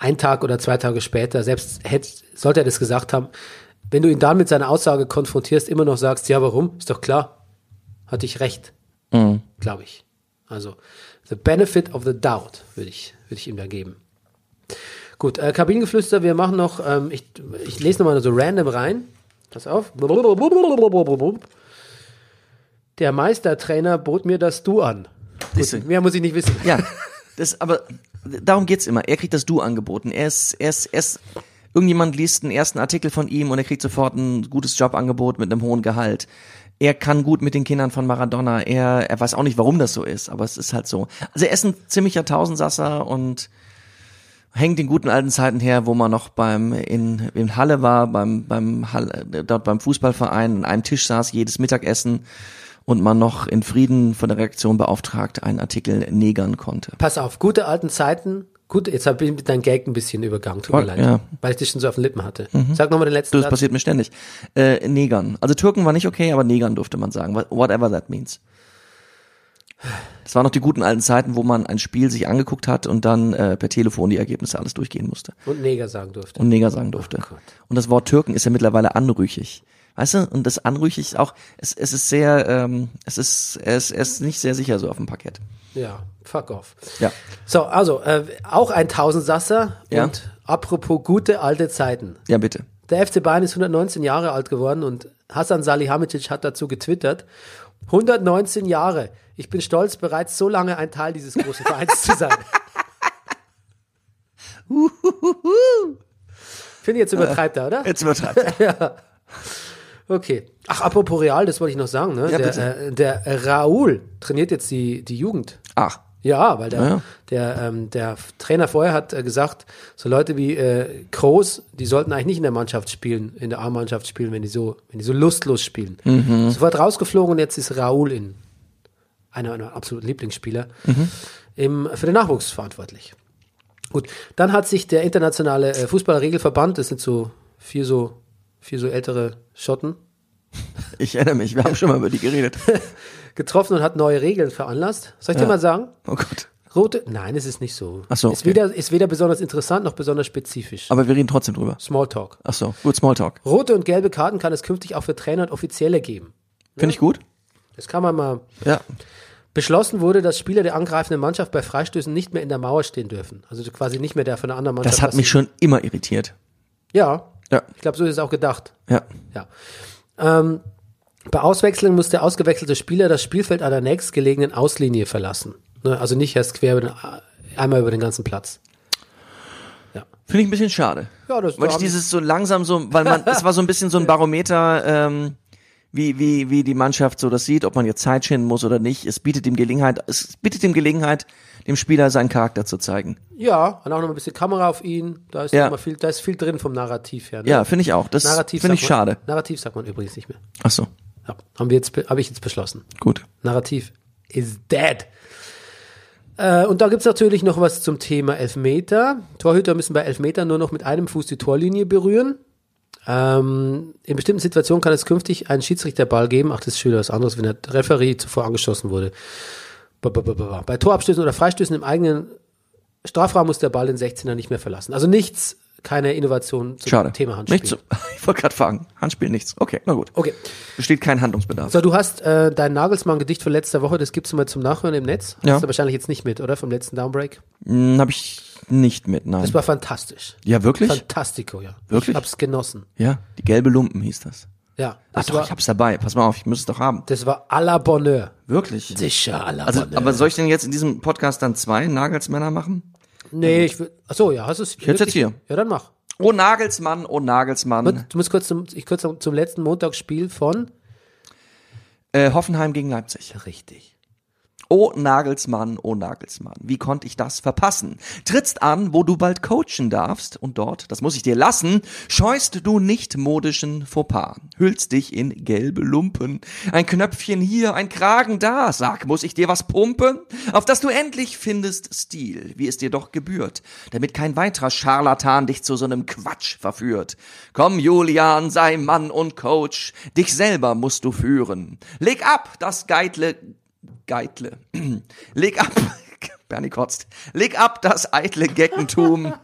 [SPEAKER 1] ein Tag oder zwei Tage später, selbst hätte, sollte er das gesagt haben, wenn du ihn dann mit seiner Aussage konfrontierst, immer noch sagst, ja, warum? Ist doch klar, hatte ich recht,
[SPEAKER 2] Mhm.
[SPEAKER 1] glaube ich. Also, the benefit of the doubt würde ich, würde ich ihm da geben. Gut, äh, Kabinengeflüster, wir machen noch, ähm, ich, ich lese nochmal so random rein. Pass auf. Der Meistertrainer bot mir das Du an.
[SPEAKER 2] Siehste.
[SPEAKER 1] Gut, mehr muss ich nicht wissen.
[SPEAKER 2] Ja, das, aber darum geht's immer. Er kriegt das Du angeboten. Er ist, er ist, er ist, irgendjemand liest einen ersten Artikel von ihm und er kriegt sofort ein gutes Jobangebot mit einem hohen Gehalt. Er kann gut mit den Kindern von Maradona. Er, er weiß auch nicht, warum das so ist, aber es ist halt so. Also er ist ein ziemlicher Tausendsasser und hängt den guten alten Zeiten her, wo man noch beim in, in Halle war, beim beim Halle, dort beim Fußballverein an einem Tisch saß, jedes Mittagessen und man noch in Frieden von der Reaktion beauftragt einen Artikel negern konnte.
[SPEAKER 1] Pass auf, gute alten Zeiten. Gut, jetzt habe ich mit deinem Gag ein bisschen übergangen, tut mir
[SPEAKER 2] Oh,
[SPEAKER 1] leid.
[SPEAKER 2] ja. Mhm.
[SPEAKER 1] Weil ich dich schon so auf den Lippen hatte. Sag nochmal den letzten
[SPEAKER 2] Das
[SPEAKER 1] Satz.
[SPEAKER 2] passiert mir ständig. Äh, negern. Also Türken war nicht okay, aber negern durfte man sagen. Wha- Whatever that means. Das waren noch die guten alten Zeiten, wo man ein Spiel sich angeguckt hat und dann äh, per Telefon die Ergebnisse alles durchgehen musste.
[SPEAKER 1] Und Neger sagen durfte.
[SPEAKER 2] Und Neger sagen durfte.
[SPEAKER 1] Gott.
[SPEAKER 2] und das Wort Türken ist ja mittlerweile anrüchig. Weißt du? Und das anrüchig ist auch, es, es ist sehr, ähm, es ist, es, es ist nicht sehr sicher so auf dem Parkett.
[SPEAKER 1] Ja, fuck off.
[SPEAKER 2] Ja.
[SPEAKER 1] So, also, äh, auch ein Tausendsasser.
[SPEAKER 2] Ja.
[SPEAKER 1] Und apropos gute alte Zeiten.
[SPEAKER 2] Ja, bitte.
[SPEAKER 1] Der FC Bayern ist 119 Jahre alt geworden und Hassan Salihamidzic hat dazu getwittert. 119 Jahre. Ich bin stolz, bereits so lange ein Teil dieses großen Vereins zu sein. Finde ich jetzt übertreibt er, oder?
[SPEAKER 2] Jetzt übertreibt. er.
[SPEAKER 1] Okay. Ach, apropos Real, das wollte ich noch sagen. Ne?
[SPEAKER 2] Ja,
[SPEAKER 1] der,
[SPEAKER 2] bitte.
[SPEAKER 1] äh, der Raul trainiert jetzt die, die Jugend.
[SPEAKER 2] Ach.
[SPEAKER 1] Ja, weil der,
[SPEAKER 2] Ja, ja.
[SPEAKER 1] Der, ähm, der Trainer vorher hat äh, gesagt, so Leute wie äh, Kroos, die sollten eigentlich nicht in der Mannschaft spielen, in der A-Mannschaft spielen, wenn die so, wenn die so lustlos spielen.
[SPEAKER 2] Mhm.
[SPEAKER 1] Sofort rausgeflogen und jetzt ist Raul in einer meiner absoluten Lieblingsspieler
[SPEAKER 2] Mhm.
[SPEAKER 1] im, für den Nachwuchs verantwortlich. Gut, dann hat sich der internationale äh, Fußballregelverband, das sind so vier so vier so ältere Schotten,
[SPEAKER 2] Ich erinnere mich, wir haben schon mal über die geredet.
[SPEAKER 1] getroffen und hat neue Regeln veranlasst. Soll ich dir mal sagen?
[SPEAKER 2] Oh Gott.
[SPEAKER 1] Rote? Nein, es ist nicht so.
[SPEAKER 2] Ach so,
[SPEAKER 1] Ist,
[SPEAKER 2] okay.
[SPEAKER 1] weder, ist weder besonders interessant noch besonders spezifisch.
[SPEAKER 2] Aber wir reden trotzdem drüber.
[SPEAKER 1] Smalltalk.
[SPEAKER 2] Ach so, gut, Smalltalk.
[SPEAKER 1] Rote und gelbe Karten kann es künftig auch für Trainer und Offizielle geben.
[SPEAKER 2] Finde ich gut.
[SPEAKER 1] Das kann man mal.
[SPEAKER 2] Ja.
[SPEAKER 1] Beschlossen wurde, dass Spieler der angreifenden Mannschaft bei Freistößen nicht mehr in der Mauer stehen dürfen. Also quasi nicht mehr der von der anderen Mannschaft.
[SPEAKER 2] Das hat mich
[SPEAKER 1] passiert.
[SPEAKER 2] schon immer irritiert.
[SPEAKER 1] Ja.
[SPEAKER 2] Ja.
[SPEAKER 1] Ich glaube, so ist es auch gedacht.
[SPEAKER 2] Ja.
[SPEAKER 1] Ja. Ähm, bei Auswechslung muss der ausgewechselte Spieler das Spielfeld an der nächstgelegenen Auslinie verlassen. Ne? Also nicht erst quer über den, einmal über den ganzen Platz.
[SPEAKER 2] Finde ich ein bisschen schade.
[SPEAKER 1] Ja, das-
[SPEAKER 2] weil
[SPEAKER 1] da
[SPEAKER 2] ich
[SPEAKER 1] haben-
[SPEAKER 2] dieses so langsam so, weil man, es war so ein bisschen so ein Barometer, ähm, wie, wie, wie die Mannschaft so das sieht, ob man jetzt Zeit schinden muss oder nicht. Es bietet ihm Gelegenheit, es bietet ihm Gelegenheit, dem Spieler seinen Charakter zu zeigen.
[SPEAKER 1] Ja, und auch noch ein bisschen Kamera auf ihn. Da ist
[SPEAKER 2] Ja.
[SPEAKER 1] noch mal viel, da ist viel drin vom Narrativ her. Ne?
[SPEAKER 2] Ja, finde ich auch. Das
[SPEAKER 1] Narrativ
[SPEAKER 2] finde ich
[SPEAKER 1] sagt man,
[SPEAKER 2] schade.
[SPEAKER 1] Narrativ sagt man übrigens nicht mehr.
[SPEAKER 2] Ach so,
[SPEAKER 1] Ja, haben wir jetzt, be- habe ich jetzt beschlossen.
[SPEAKER 2] gut.
[SPEAKER 1] Narrativ is dead. Äh, und da gibt's natürlich noch was zum Thema Elfmeter. Torhüter müssen bei Elfmeter nur noch mit einem Fuß die Torlinie berühren. Ähm, in bestimmten Situationen kann es künftig einen Schiedsrichterball geben. Ach, das ist schon wieder was anderes, wenn der Referee zuvor angeschossen wurde. Ba, ba, ba, ba, ba. Bei Torabstößen oder Freistößen im eigenen Strafraum muss der Ball den 16er nicht mehr verlassen. Also nichts, keine Innovation zum
[SPEAKER 2] Schade.
[SPEAKER 1] Thema Handspiel.
[SPEAKER 2] Nichts. Ich wollte gerade fragen. Handspiel nichts. Okay, na gut.
[SPEAKER 1] Okay.
[SPEAKER 2] Besteht kein Handlungsbedarf.
[SPEAKER 1] So, du hast äh, dein Nagelsmann-Gedicht von letzter Woche, das gibt's mal zum Nachhören im Netz.
[SPEAKER 2] Ja.
[SPEAKER 1] Hast du wahrscheinlich jetzt nicht mit, oder? Vom letzten Downbreak.
[SPEAKER 2] Hm, Habe ich nicht mit, nein.
[SPEAKER 1] Das war fantastisch.
[SPEAKER 2] ja, wirklich?
[SPEAKER 1] Fantastico, ja.
[SPEAKER 2] Wirklich?
[SPEAKER 1] Ich hab's genossen.
[SPEAKER 2] Ja, die gelbe Lumpen hieß das.
[SPEAKER 1] Ja.
[SPEAKER 2] Ach
[SPEAKER 1] Das,
[SPEAKER 2] doch, ich
[SPEAKER 1] war,
[SPEAKER 2] hab's dabei. Pass mal auf, ich müsste es doch haben.
[SPEAKER 1] das war à la Bonheur.
[SPEAKER 2] Wirklich?
[SPEAKER 1] Sicher à la
[SPEAKER 2] Also,
[SPEAKER 1] Bonheur.
[SPEAKER 2] aber soll ich denn jetzt in diesem Podcast dann zwei Nagelsmänner machen?
[SPEAKER 1] nee, ich will. Achso, ja, hast du es? Ich
[SPEAKER 2] hätt's jetzt hier.
[SPEAKER 1] Ja, dann mach.
[SPEAKER 2] Oh Nagelsmann, oh Nagelsmann.
[SPEAKER 1] Du musst kurz zum, ich kurz zum, zum letzten Montagsspiel von
[SPEAKER 2] Äh, Hoffenheim gegen Leipzig.
[SPEAKER 1] Richtig.
[SPEAKER 2] Oh Nagelsmann, oh Nagelsmann, wie konnte ich das verpassen? Trittst an, wo du bald coachen darfst und dort, das muss ich dir lassen, scheust du nicht modischen Fauxpas, hüllst dich in gelbe Lumpen. Ein Knöpfchen hier, ein Kragen da, sag, muss ich dir was pumpen? Auf das du endlich findest Stil, wie es dir doch gebührt, damit kein weiterer Scharlatan dich zu so einem Quatsch verführt. Komm, Julian, sei Mann und Coach, dich selber musst du führen. Leg ab, das Geitle Geitle. Leg ab, Bernie kotzt. Leg ab das eitle Geckentum,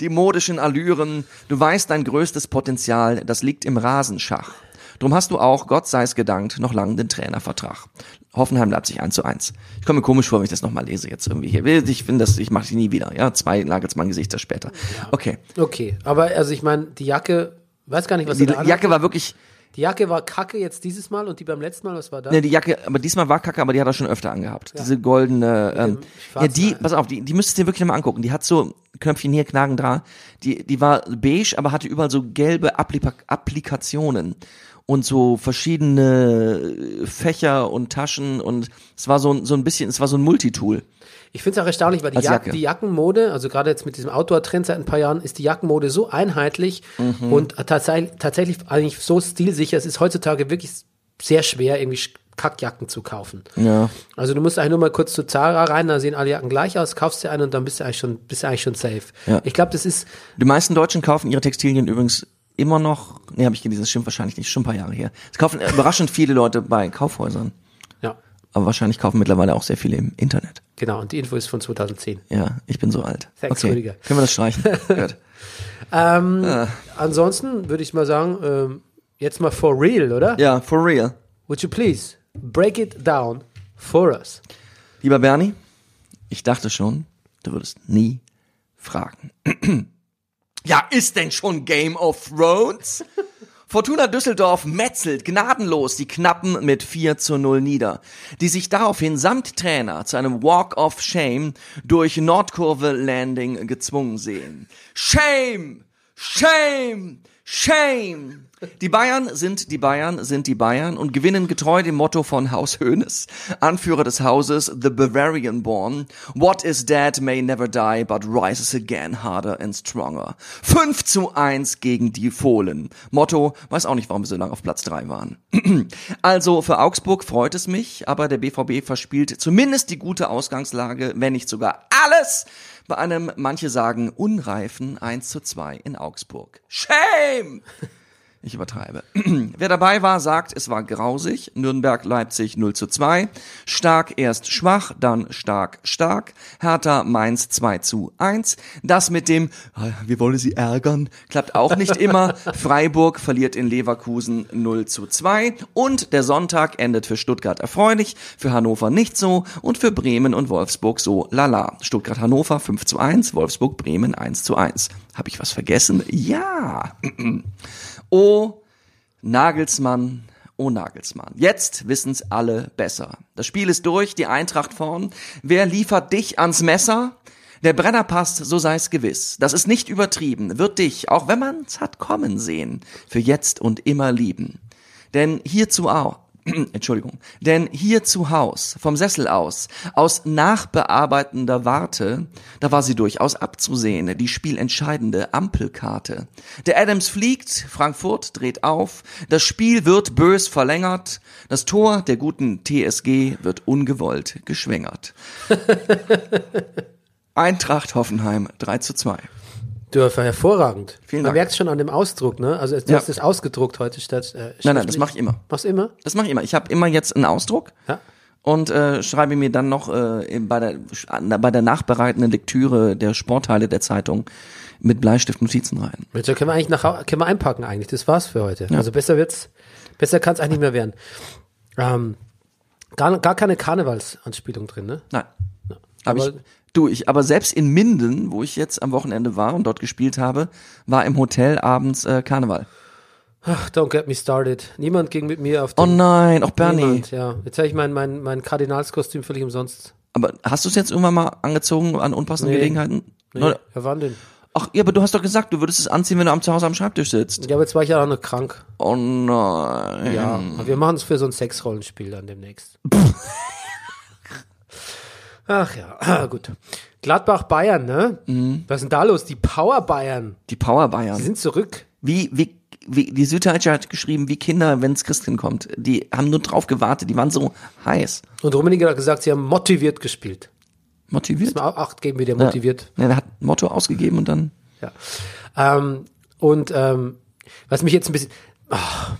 [SPEAKER 2] die modischen Allüren. Du weißt dein größtes Potenzial, das liegt im Rasenschach. Drum hast du auch, Gott sei's gedankt, noch lang den Trainervertrag. Hoffenheim Leipzig 1 zu 1. Ich komme mir komisch vor, wenn ich das nochmal lese jetzt irgendwie hier. Ich finde das, ich mache die nie wieder. Ja, zwei Nagelsmann Gesichter später. Okay.
[SPEAKER 1] Okay, aber also ich meine, die Jacke, weiß gar nicht, was
[SPEAKER 2] Die
[SPEAKER 1] du da
[SPEAKER 2] Jacke war wirklich,
[SPEAKER 1] Die Jacke war kacke jetzt dieses Mal und die beim letzten Mal, was war da?
[SPEAKER 2] Ne, die Jacke, aber diesmal war Kacke, aber die hat er schon öfter angehabt. Diese goldene, ähm, ja,
[SPEAKER 1] schwarzen
[SPEAKER 2] die,
[SPEAKER 1] Haaren.
[SPEAKER 2] pass auf, die, die müsstest du dir wirklich noch mal angucken. Die hat so Knöpfchen hier, Knagen da. Die, die war beige, aber hatte überall so gelbe Applika Applikationen und so verschiedene äh, Fächer und Taschen und es war so, ein- so ein bisschen, es war so ein Multitool.
[SPEAKER 1] Ich finde es auch erstaunlich, weil die,
[SPEAKER 2] Als
[SPEAKER 1] Jack
[SPEAKER 2] Jacke.
[SPEAKER 1] die Jackenmode, also gerade jetzt mit diesem Outdoor-Trend seit ein paar Jahren, ist die Jackenmode so einheitlich
[SPEAKER 2] Mhm.
[SPEAKER 1] und tatsächlich, tatsächlich eigentlich so stilsicher. Es ist heutzutage wirklich sehr schwer, irgendwie Sch- Kackjacken zu kaufen.
[SPEAKER 2] Ja.
[SPEAKER 1] Also du musst eigentlich nur mal kurz zu Zara rein, da sehen alle Jacken gleich aus, kaufst dir eine und dann bist du eigentlich schon, bist du eigentlich schon safe.
[SPEAKER 2] Ja.
[SPEAKER 1] Ich glaube, das ist,
[SPEAKER 2] Die meisten Deutschen kaufen ihre Textilien übrigens immer noch, nee, habe ich gelesen, das stimmt wahrscheinlich nicht, schon ein paar Jahre her. Es kaufen äh, überraschend viele Leute bei Kaufhäusern,
[SPEAKER 1] ja,
[SPEAKER 2] aber wahrscheinlich kaufen mittlerweile auch sehr viele im Internet.
[SPEAKER 1] genau. Und die Info ist von 2010.
[SPEAKER 2] Ja, ich bin so alt.
[SPEAKER 1] Thanks,
[SPEAKER 2] okay.
[SPEAKER 1] Rüdiger.
[SPEAKER 2] Können wir das streichen? Gut.
[SPEAKER 1] Ansonsten würde ich mal sagen, ähm, jetzt mal for real, oder?
[SPEAKER 2] Ja, for real.
[SPEAKER 1] Would you please break it down for us?
[SPEAKER 2] Lieber Bernie, ich dachte schon, du würdest nie fragen. ja, ist denn schon Game of Thrones? Fortuna Düsseldorf metzelt gnadenlos die Knappen mit 4 zu 0 nieder, die sich daraufhin samt Trainer zu einem Walk of Shame durch Nordkurve Landing gezwungen sehen. Shame! Shame! Shame! Die Bayern sind die Bayern sind die Bayern und gewinnen getreu dem Motto von Haus Hoeneß, Anführer des Hauses, the Bavarian born. What is dead may never die, but rises again harder and stronger. 5 zu 1 gegen die Fohlen. Motto, weiß auch nicht, warum wir so lange auf Platz 3 waren. also für Augsburg freut es mich, aber der BVB verspielt zumindest die gute Ausgangslage, wenn nicht sogar alles, bei einem, manche sagen, unreifen 1 zu 2 in Augsburg. Shame! Ich übertreibe. Wer dabei war, sagt, es war grausig. Nürnberg, Leipzig 0 zu 2. Stark erst schwach, dann stark, stark. Hertha, Mainz 2 zu 1. Das mit dem, "Ah, wir wollen sie ärgern, klappt auch nicht immer. Freiburg verliert in Leverkusen 0 zu 2. Und der Sonntag endet für Stuttgart erfreulich, für Hannover nicht so und für Bremen und Wolfsburg so lala. Stuttgart-Hannover 5 zu 1, Wolfsburg-Bremen 1 zu 1. Hab ich was vergessen? Ja! Oh, Nagelsmann, oh Nagelsmann. Jetzt wissen's alle besser. Das Spiel ist durch, die Eintracht vorn. Wer liefert dich ans Messer? Der Brenner passt, so sei's gewiss. Das ist nicht übertrieben, wird dich, auch wenn man's hat kommen sehen, für jetzt und immer lieben. Denn hierzu auch. Entschuldigung. Denn hier zu Haus, vom Sessel aus, aus nachbearbeitender Warte, da war sie durchaus abzusehen, die spielentscheidende Ampelkarte. Der Adams fliegt, Frankfurt dreht auf, das Spiel wird bös verlängert, das Tor der guten TSG wird ungewollt geschwängert. Eintracht Hoffenheim 3 zu 2.
[SPEAKER 1] Dörfer, hervorragend.
[SPEAKER 2] Vielen
[SPEAKER 1] Man
[SPEAKER 2] Dank.
[SPEAKER 1] merkt es schon an dem Ausdruck, ne? Also du
[SPEAKER 2] Ja.
[SPEAKER 1] hast es ausgedruckt heute statt. Äh,
[SPEAKER 2] Nein, nein, das
[SPEAKER 1] schriftlich.
[SPEAKER 2] mache ich immer.
[SPEAKER 1] Machst du immer?
[SPEAKER 2] Das mache ich immer. Ich habe immer jetzt einen Ausdruck.
[SPEAKER 1] Ja.
[SPEAKER 2] und äh, schreibe mir dann noch äh, in- bei, der, an der- bei der nachbereitenden Lektüre der Sportteile der Zeitung mit Bleistift Notizen rein.
[SPEAKER 1] Jetzt können wir eigentlich nach Hau- können wir einpacken eigentlich. Das war's für heute. Also besser wird's, besser kann's eigentlich nicht mehr werden. Ähm, gar, gar keine Karnevalsanspielung drin, ne?
[SPEAKER 2] Nein. Hab
[SPEAKER 1] aber-
[SPEAKER 2] ich, du, ich, aber selbst in Minden, wo ich jetzt am Wochenende war und dort gespielt habe, war im Hotel abends äh, Karneval.
[SPEAKER 1] Ach, don't get me started. Niemand ging mit mir auf
[SPEAKER 2] Oh
[SPEAKER 1] den
[SPEAKER 2] nein, auch Bernie.
[SPEAKER 1] Niemand, ja. Jetzt habe ich mein, mein, mein Kardinalskostüm völlig umsonst.
[SPEAKER 2] Aber hast du es jetzt irgendwann mal angezogen an unpassenden
[SPEAKER 1] Nee.
[SPEAKER 2] Gelegenheiten?
[SPEAKER 1] Nee,
[SPEAKER 2] Oder-
[SPEAKER 1] Herr Wandin.
[SPEAKER 2] Ach, ja, aber du hast doch gesagt, du würdest es anziehen, wenn du am, zu Hause am Schreibtisch sitzt.
[SPEAKER 1] Ja, aber jetzt war ich ja auch noch krank.
[SPEAKER 2] Oh nein.
[SPEAKER 1] Ja, aber wir machen es für so ein Sexrollenspiel dann demnächst. Ach ja, ah, gut. Gladbach-Bayern, ne? Was ist denn da los? Die Power-Bayern,
[SPEAKER 2] Die Power
[SPEAKER 1] die
[SPEAKER 2] Bayern.
[SPEAKER 1] sind zurück.
[SPEAKER 2] Wie, wie, wie, die Süddeutsche hat geschrieben, wie Kinder, wenn's Christkind kommt. Die haben nur drauf gewartet, die waren so heiß.
[SPEAKER 1] Und Rummenigge hat gesagt, sie haben motiviert gespielt.
[SPEAKER 2] Motiviert.
[SPEAKER 1] Mal Acht geben, wie der motiviert.
[SPEAKER 2] Ja, er hat ein Motto ausgegeben und dann.
[SPEAKER 1] Ja. Ähm, und ähm, was mich jetzt ein bisschen ach,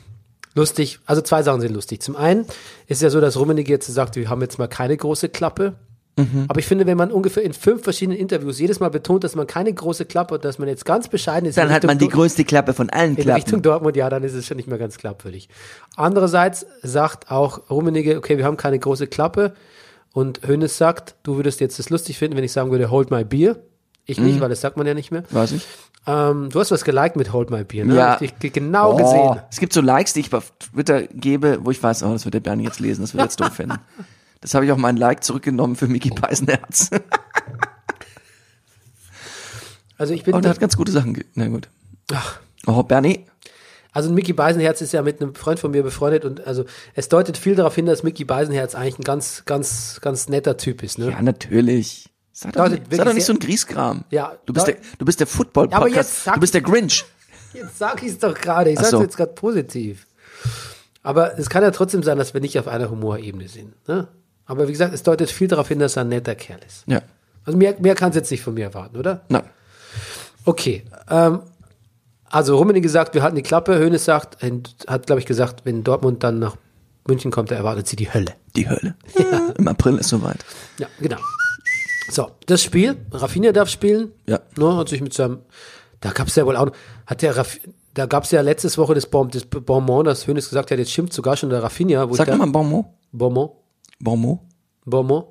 [SPEAKER 1] lustig, also zwei Sachen sind lustig. Zum einen ist ja so, dass Rummenigge jetzt sagt, wir haben jetzt mal keine große Klappe.
[SPEAKER 2] Mhm.
[SPEAKER 1] Aber ich finde, wenn man ungefähr in fünf verschiedenen Interviews jedes Mal betont, dass man keine große Klappe hat, dass man jetzt ganz bescheiden ist. in
[SPEAKER 2] Dann hat
[SPEAKER 1] Richtung
[SPEAKER 2] man die
[SPEAKER 1] Dor-
[SPEAKER 2] größte Klappe von allen
[SPEAKER 1] in Richtung
[SPEAKER 2] Klappen.
[SPEAKER 1] Dortmund, ja, dann ist es schon nicht mehr ganz glaubwürdig. Andererseits sagt auch Rummenigge, okay, wir haben keine große Klappe. Und Hönes sagt, du würdest jetzt das lustig finden, wenn ich sagen würde, hold my beer. Ich
[SPEAKER 2] Mhm.
[SPEAKER 1] nicht, weil das sagt man ja nicht mehr.
[SPEAKER 2] Weiß ich.
[SPEAKER 1] Ähm, du hast was geliked mit Hold My Beer, ne?
[SPEAKER 2] Ja.
[SPEAKER 1] Hab Ich ge- genau
[SPEAKER 2] Oh,
[SPEAKER 1] gesehen.
[SPEAKER 2] Es gibt so Likes, die ich auf Twitter gebe, wo ich weiß, oh, das wird der Bernie jetzt lesen, das wird er jetzt doof finden. Das habe ich auch meinen Like zurückgenommen für Mickey Beisenherz.
[SPEAKER 1] Also ich bin,
[SPEAKER 2] Und er hat ganz gute Sachen. Ge Na gut.
[SPEAKER 1] ach,
[SPEAKER 2] Oh, Bernie.
[SPEAKER 1] also Mickey Beisenherz ist ja mit einem Freund von mir befreundet und also es deutet viel darauf hin, dass Mickey Beisenherz eigentlich ein ganz, ganz, ganz netter Typ ist, ne?
[SPEAKER 2] Ja, natürlich. Sei doch,
[SPEAKER 1] Leute,
[SPEAKER 2] nicht- sei
[SPEAKER 1] wirklich
[SPEAKER 2] doch nicht
[SPEAKER 1] sehr-
[SPEAKER 2] so ein Griesgram.
[SPEAKER 1] Ja,
[SPEAKER 2] Du bist
[SPEAKER 1] Leu-
[SPEAKER 2] der, du bist der Football
[SPEAKER 1] Ja, aber jetzt
[SPEAKER 2] Podcast.
[SPEAKER 1] sag-
[SPEAKER 2] du bist der Grinch.
[SPEAKER 1] Jetzt sag ich es doch gerade, ich
[SPEAKER 2] Ach
[SPEAKER 1] sag's
[SPEAKER 2] so.
[SPEAKER 1] jetzt gerade positiv. Aber es kann ja trotzdem sein, dass wir nicht auf einer Humorebene sind, ne? Aber wie gesagt, es deutet viel darauf hin, dass er ein netter Kerl ist.
[SPEAKER 2] Ja.
[SPEAKER 1] Also mehr, mehr kann's jetzt nicht von mir erwarten, oder?
[SPEAKER 2] Nein.
[SPEAKER 1] Okay. Ähm, also Rummenigge sagt, wir hatten die Klappe. Hönes sagt, hat glaube ich gesagt, wenn Dortmund dann nach München kommt, er erwartet sie die Hölle.
[SPEAKER 2] Die Hölle. Im April ist soweit.
[SPEAKER 1] Ja, genau. So, das Spiel, Rafinha darf spielen.
[SPEAKER 2] Ja.
[SPEAKER 1] Ne, hat sich mit seinem, da gab es ja wohl auch, hat der Raff, da gab es ja letztes Woche das, bon, das Bonbon, das Hönes gesagt hat, jetzt schimpft sogar schon der Rafinha. Wo
[SPEAKER 2] Sag
[SPEAKER 1] ich da,
[SPEAKER 2] nochmal Bonmot.
[SPEAKER 1] Bonbon,
[SPEAKER 2] Bonmot.
[SPEAKER 1] Bonbon.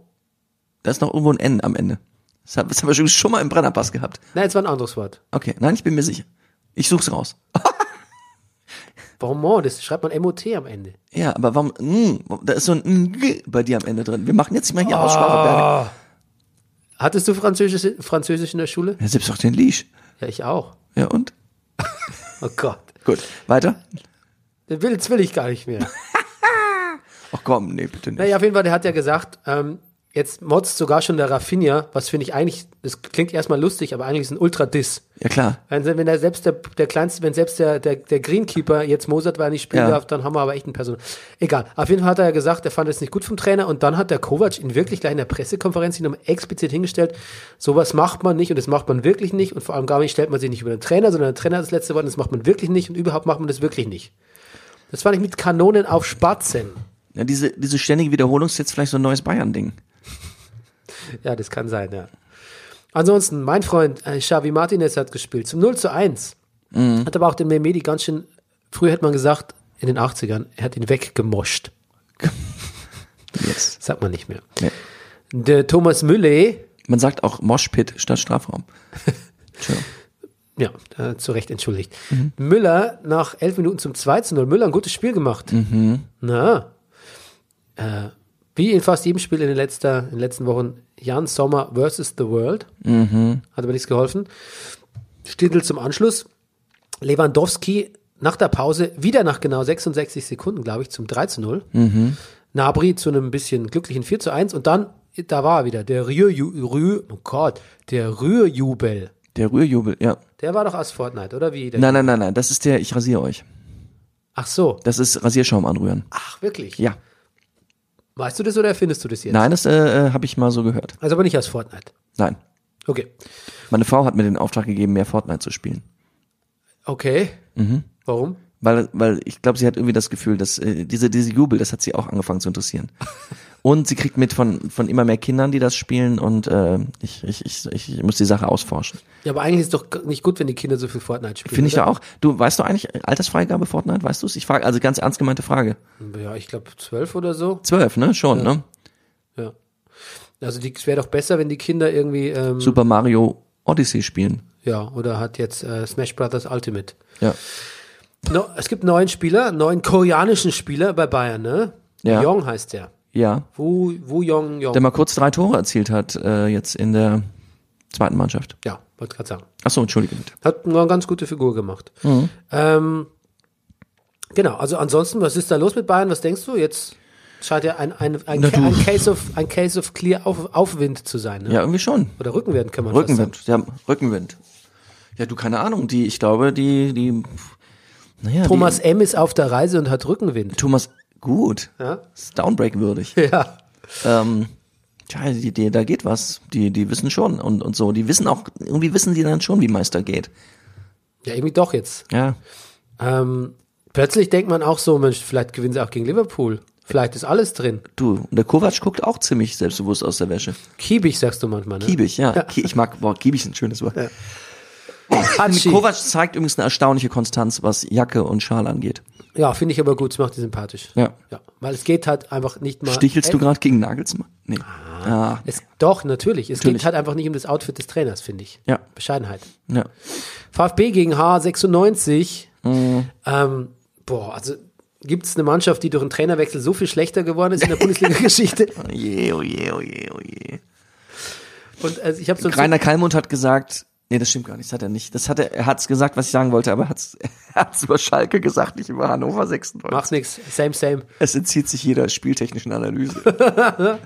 [SPEAKER 2] Da ist noch irgendwo ein N am Ende. Das haben das haben wir schon- schon mal im Brennerpass gehabt.
[SPEAKER 1] Nein, jetzt war ein anderes Wort.
[SPEAKER 2] Okay, nein, ich bin mir sicher. Ich such's raus.
[SPEAKER 1] Bonbon, das schreibt man MOT am Ende.
[SPEAKER 2] Ja, aber warum? Mm, da ist so ein mm bei dir am Ende drin. Wir machen jetzt mal hier Aussprache, Bernie.
[SPEAKER 1] Hattest du Französisch, Französisch in der Schule?
[SPEAKER 2] Ja, selbst doch den Leash.
[SPEAKER 1] Ja, ich auch.
[SPEAKER 2] Ja und?
[SPEAKER 1] Oh Gott.
[SPEAKER 2] Gut. Weiter?
[SPEAKER 1] Den will, jetzt will ich gar nicht mehr.
[SPEAKER 2] Ach komm, nee, bitte nicht.
[SPEAKER 1] Naja, auf jeden Fall, der hat ja gesagt, ähm, jetzt motzt sogar schon der Raffinia, was finde ich eigentlich, das klingt erstmal lustig, aber eigentlich ist ein Ultra-Diss.
[SPEAKER 2] Ja klar.
[SPEAKER 1] Wenn, wenn er selbst der, der kleinste, wenn selbst der, der, der Greenkeeper jetzt Mozart war nicht spielen
[SPEAKER 2] Ja.
[SPEAKER 1] darf, dann haben wir aber echt einen Person. Egal. Auf jeden Fall hat er ja gesagt, er fand es nicht gut vom Trainer und dann hat der Kovac ihn wirklich gleich in der Pressekonferenz ihn nochmal explizit hingestellt. Sowas macht man nicht und das macht man wirklich nicht und vor allem gar nicht stellt man sich nicht über den Trainer, sondern der Trainer hat das letzte Wort und das macht man wirklich nicht und überhaupt macht man das wirklich nicht. Das fand ich mit Kanonen auf Spatzen.
[SPEAKER 2] Ja, diese, diese ständige Wiederholung ist jetzt vielleicht so ein neues Bayern-Ding.
[SPEAKER 1] Ja, das kann sein, ja. Ansonsten, mein Freund äh, Xavi Martinez hat gespielt zum 0 zu 1. Hat aber auch den Memedi ganz schön, früher hätte man gesagt, in den 80ern, er hat ihn weggemoscht.
[SPEAKER 2] Yes.
[SPEAKER 1] Sagt man nicht mehr.
[SPEAKER 2] Nee.
[SPEAKER 1] Der Thomas Müller,
[SPEAKER 2] Man sagt auch Moshpit statt Strafraum. Entschuldigung.
[SPEAKER 1] ja, äh, zu Recht entschuldigt. Müller nach 11 Minuten zum 2 zu 0. Müller ein gutes Spiel gemacht. Na, äh, wie in fast jedem Spiel in den, letzter, in den letzten Wochen, Jan Sommer versus The World. Hat aber nichts geholfen. Stindl zum Anschluss. Lewandowski nach der Pause wieder nach genau 66 Sekunden, glaube ich, zum 3 zu 0. Nabri zu einem bisschen glücklichen 4 zu 1 und dann, da war er wieder, der Rührju- Rühr, oh Gott, der Rührjubel.
[SPEAKER 2] Der Rührjubel, ja.
[SPEAKER 1] Der war doch aus Fortnite, oder wie? Der
[SPEAKER 2] Nein, nein, nein, nein. Das ist der, ich rasiere euch.
[SPEAKER 1] Ach so.
[SPEAKER 2] Das ist Rasierschaum anrühren.
[SPEAKER 1] Ach, wirklich?
[SPEAKER 2] Ja.
[SPEAKER 1] Weißt du das oder erfindest du das jetzt?
[SPEAKER 2] Nein, das äh, äh, habe ich mal so gehört.
[SPEAKER 1] Also aber nicht aus Fortnite.
[SPEAKER 2] Nein.
[SPEAKER 1] Okay.
[SPEAKER 2] Meine Frau hat mir den Auftrag gegeben, mehr Fortnite zu spielen.
[SPEAKER 1] Okay.
[SPEAKER 2] Mhm.
[SPEAKER 1] Warum?
[SPEAKER 2] Weil, weil ich glaube, sie hat irgendwie das Gefühl, dass äh, diese, diese Jubel, das hat sie auch angefangen zu interessieren. Und sie kriegt mit von, von immer mehr Kindern, die das spielen und äh, ich, ich, ich, ich muss die Sache ausforschen.
[SPEAKER 1] Ja, aber eigentlich ist es doch g- nicht gut, wenn die Kinder so viel Fortnite spielen.
[SPEAKER 2] Finde ich
[SPEAKER 1] oder?
[SPEAKER 2] da auch. Du, weißt du eigentlich äh, Altersfreigabe Fortnite, weißt du es? Ich frage, also ganz ernst gemeinte Frage.
[SPEAKER 1] Ja, ich glaube zwölf oder so.
[SPEAKER 2] Zwölf, ne? Schon, ne?
[SPEAKER 1] Ja. Also die- es wäre doch besser, wenn die Kinder irgendwie, ähm,
[SPEAKER 2] Super Mario Odyssey spielen.
[SPEAKER 1] ja, oder hat jetzt äh, Smash Brothers Ultimate.
[SPEAKER 2] Ja.
[SPEAKER 1] No, es gibt einen neuen Spieler, einen neuen koreanischen Spieler bei Bayern, ne?
[SPEAKER 2] Ja.
[SPEAKER 1] Jong heißt der.
[SPEAKER 2] Ja.
[SPEAKER 1] Woo, Woo Jong Jong.
[SPEAKER 2] Der mal kurz drei Tore erzielt hat, äh, jetzt in der zweiten Mannschaft.
[SPEAKER 1] Ja, wollte gerade sagen.
[SPEAKER 2] Achso, entschuldige bitte.
[SPEAKER 1] Hat nur eine ganz gute Figur gemacht.
[SPEAKER 2] Mhm.
[SPEAKER 1] Ähm, genau, also ansonsten, was ist da los mit Bayern? Was denkst du? Jetzt scheint ja ein, ein, ein,
[SPEAKER 2] Na du.
[SPEAKER 1] ein, Case, of, ein Case of Clear auf, Aufwind zu sein. Ne?
[SPEAKER 2] Ja, irgendwie schon.
[SPEAKER 1] Oder Rückenwind kann man fast sagen.
[SPEAKER 2] Rückenwind. Sie haben Rückenwind. Ja, du, keine Ahnung. Die, ich glaube, die, die, naja.
[SPEAKER 1] Thomas M. ist auf der Reise und hat
[SPEAKER 2] Die,
[SPEAKER 1] Rückenwind.
[SPEAKER 2] Thomas, gut.
[SPEAKER 1] Ja?
[SPEAKER 2] Ist Downbreak-würdig.
[SPEAKER 1] Ja.
[SPEAKER 2] ähm, tja, die, die, da geht was. Die, die wissen schon und, und so. Die wissen auch, irgendwie wissen die dann schon, wie Meister geht.
[SPEAKER 1] Ja, irgendwie doch jetzt.
[SPEAKER 2] Ja.
[SPEAKER 1] Ähm, plötzlich denkt man auch so, Mensch, vielleicht gewinnen sie auch gegen Liverpool. Vielleicht ist alles drin.
[SPEAKER 2] Du, und der Kovac guckt auch ziemlich selbstbewusst aus der Wäsche.
[SPEAKER 1] Kiebig, sagst du manchmal, ne?
[SPEAKER 2] Kiebig, ja. Ki- Ich mag, boah, Kiebig ist ein schönes Wort.
[SPEAKER 1] Hatschi.
[SPEAKER 2] Kovac zeigt übrigens eine erstaunliche Konstanz, was Jacke und Schal angeht.
[SPEAKER 1] Ja, finde ich aber gut, es macht die sympathisch.
[SPEAKER 2] Ja.
[SPEAKER 1] ja. Weil es geht halt einfach nicht mal.
[SPEAKER 2] Stichelst du
[SPEAKER 1] Äh,
[SPEAKER 2] gerade gegen Nagelsmann? Nee. Ah.
[SPEAKER 1] Es, doch, natürlich. Es
[SPEAKER 2] Natürlich.
[SPEAKER 1] geht halt einfach nicht um das Outfit des Trainers, finde ich.
[SPEAKER 2] Ja.
[SPEAKER 1] Bescheidenheit.
[SPEAKER 2] Ja.
[SPEAKER 1] VfB gegen H96.
[SPEAKER 2] Mhm.
[SPEAKER 1] Ähm, boah, also gibt es eine Mannschaft, die durch einen Trainerwechsel so viel schlechter geworden ist in der Bundesliga-Geschichte?
[SPEAKER 2] Oh je, oh je, oh je, oh je.
[SPEAKER 1] Und also ich habe so
[SPEAKER 2] Rainer Kalmund hat gesagt, nee, das stimmt gar nicht, das hat er nicht. Das hat er, er hat's gesagt, was ich sagen wollte, aber er hat's, er hat's über Schalke gesagt, nicht über Hannover 96.
[SPEAKER 1] Macht nix, same, same.
[SPEAKER 2] Es entzieht sich jeder spieltechnischen Analyse.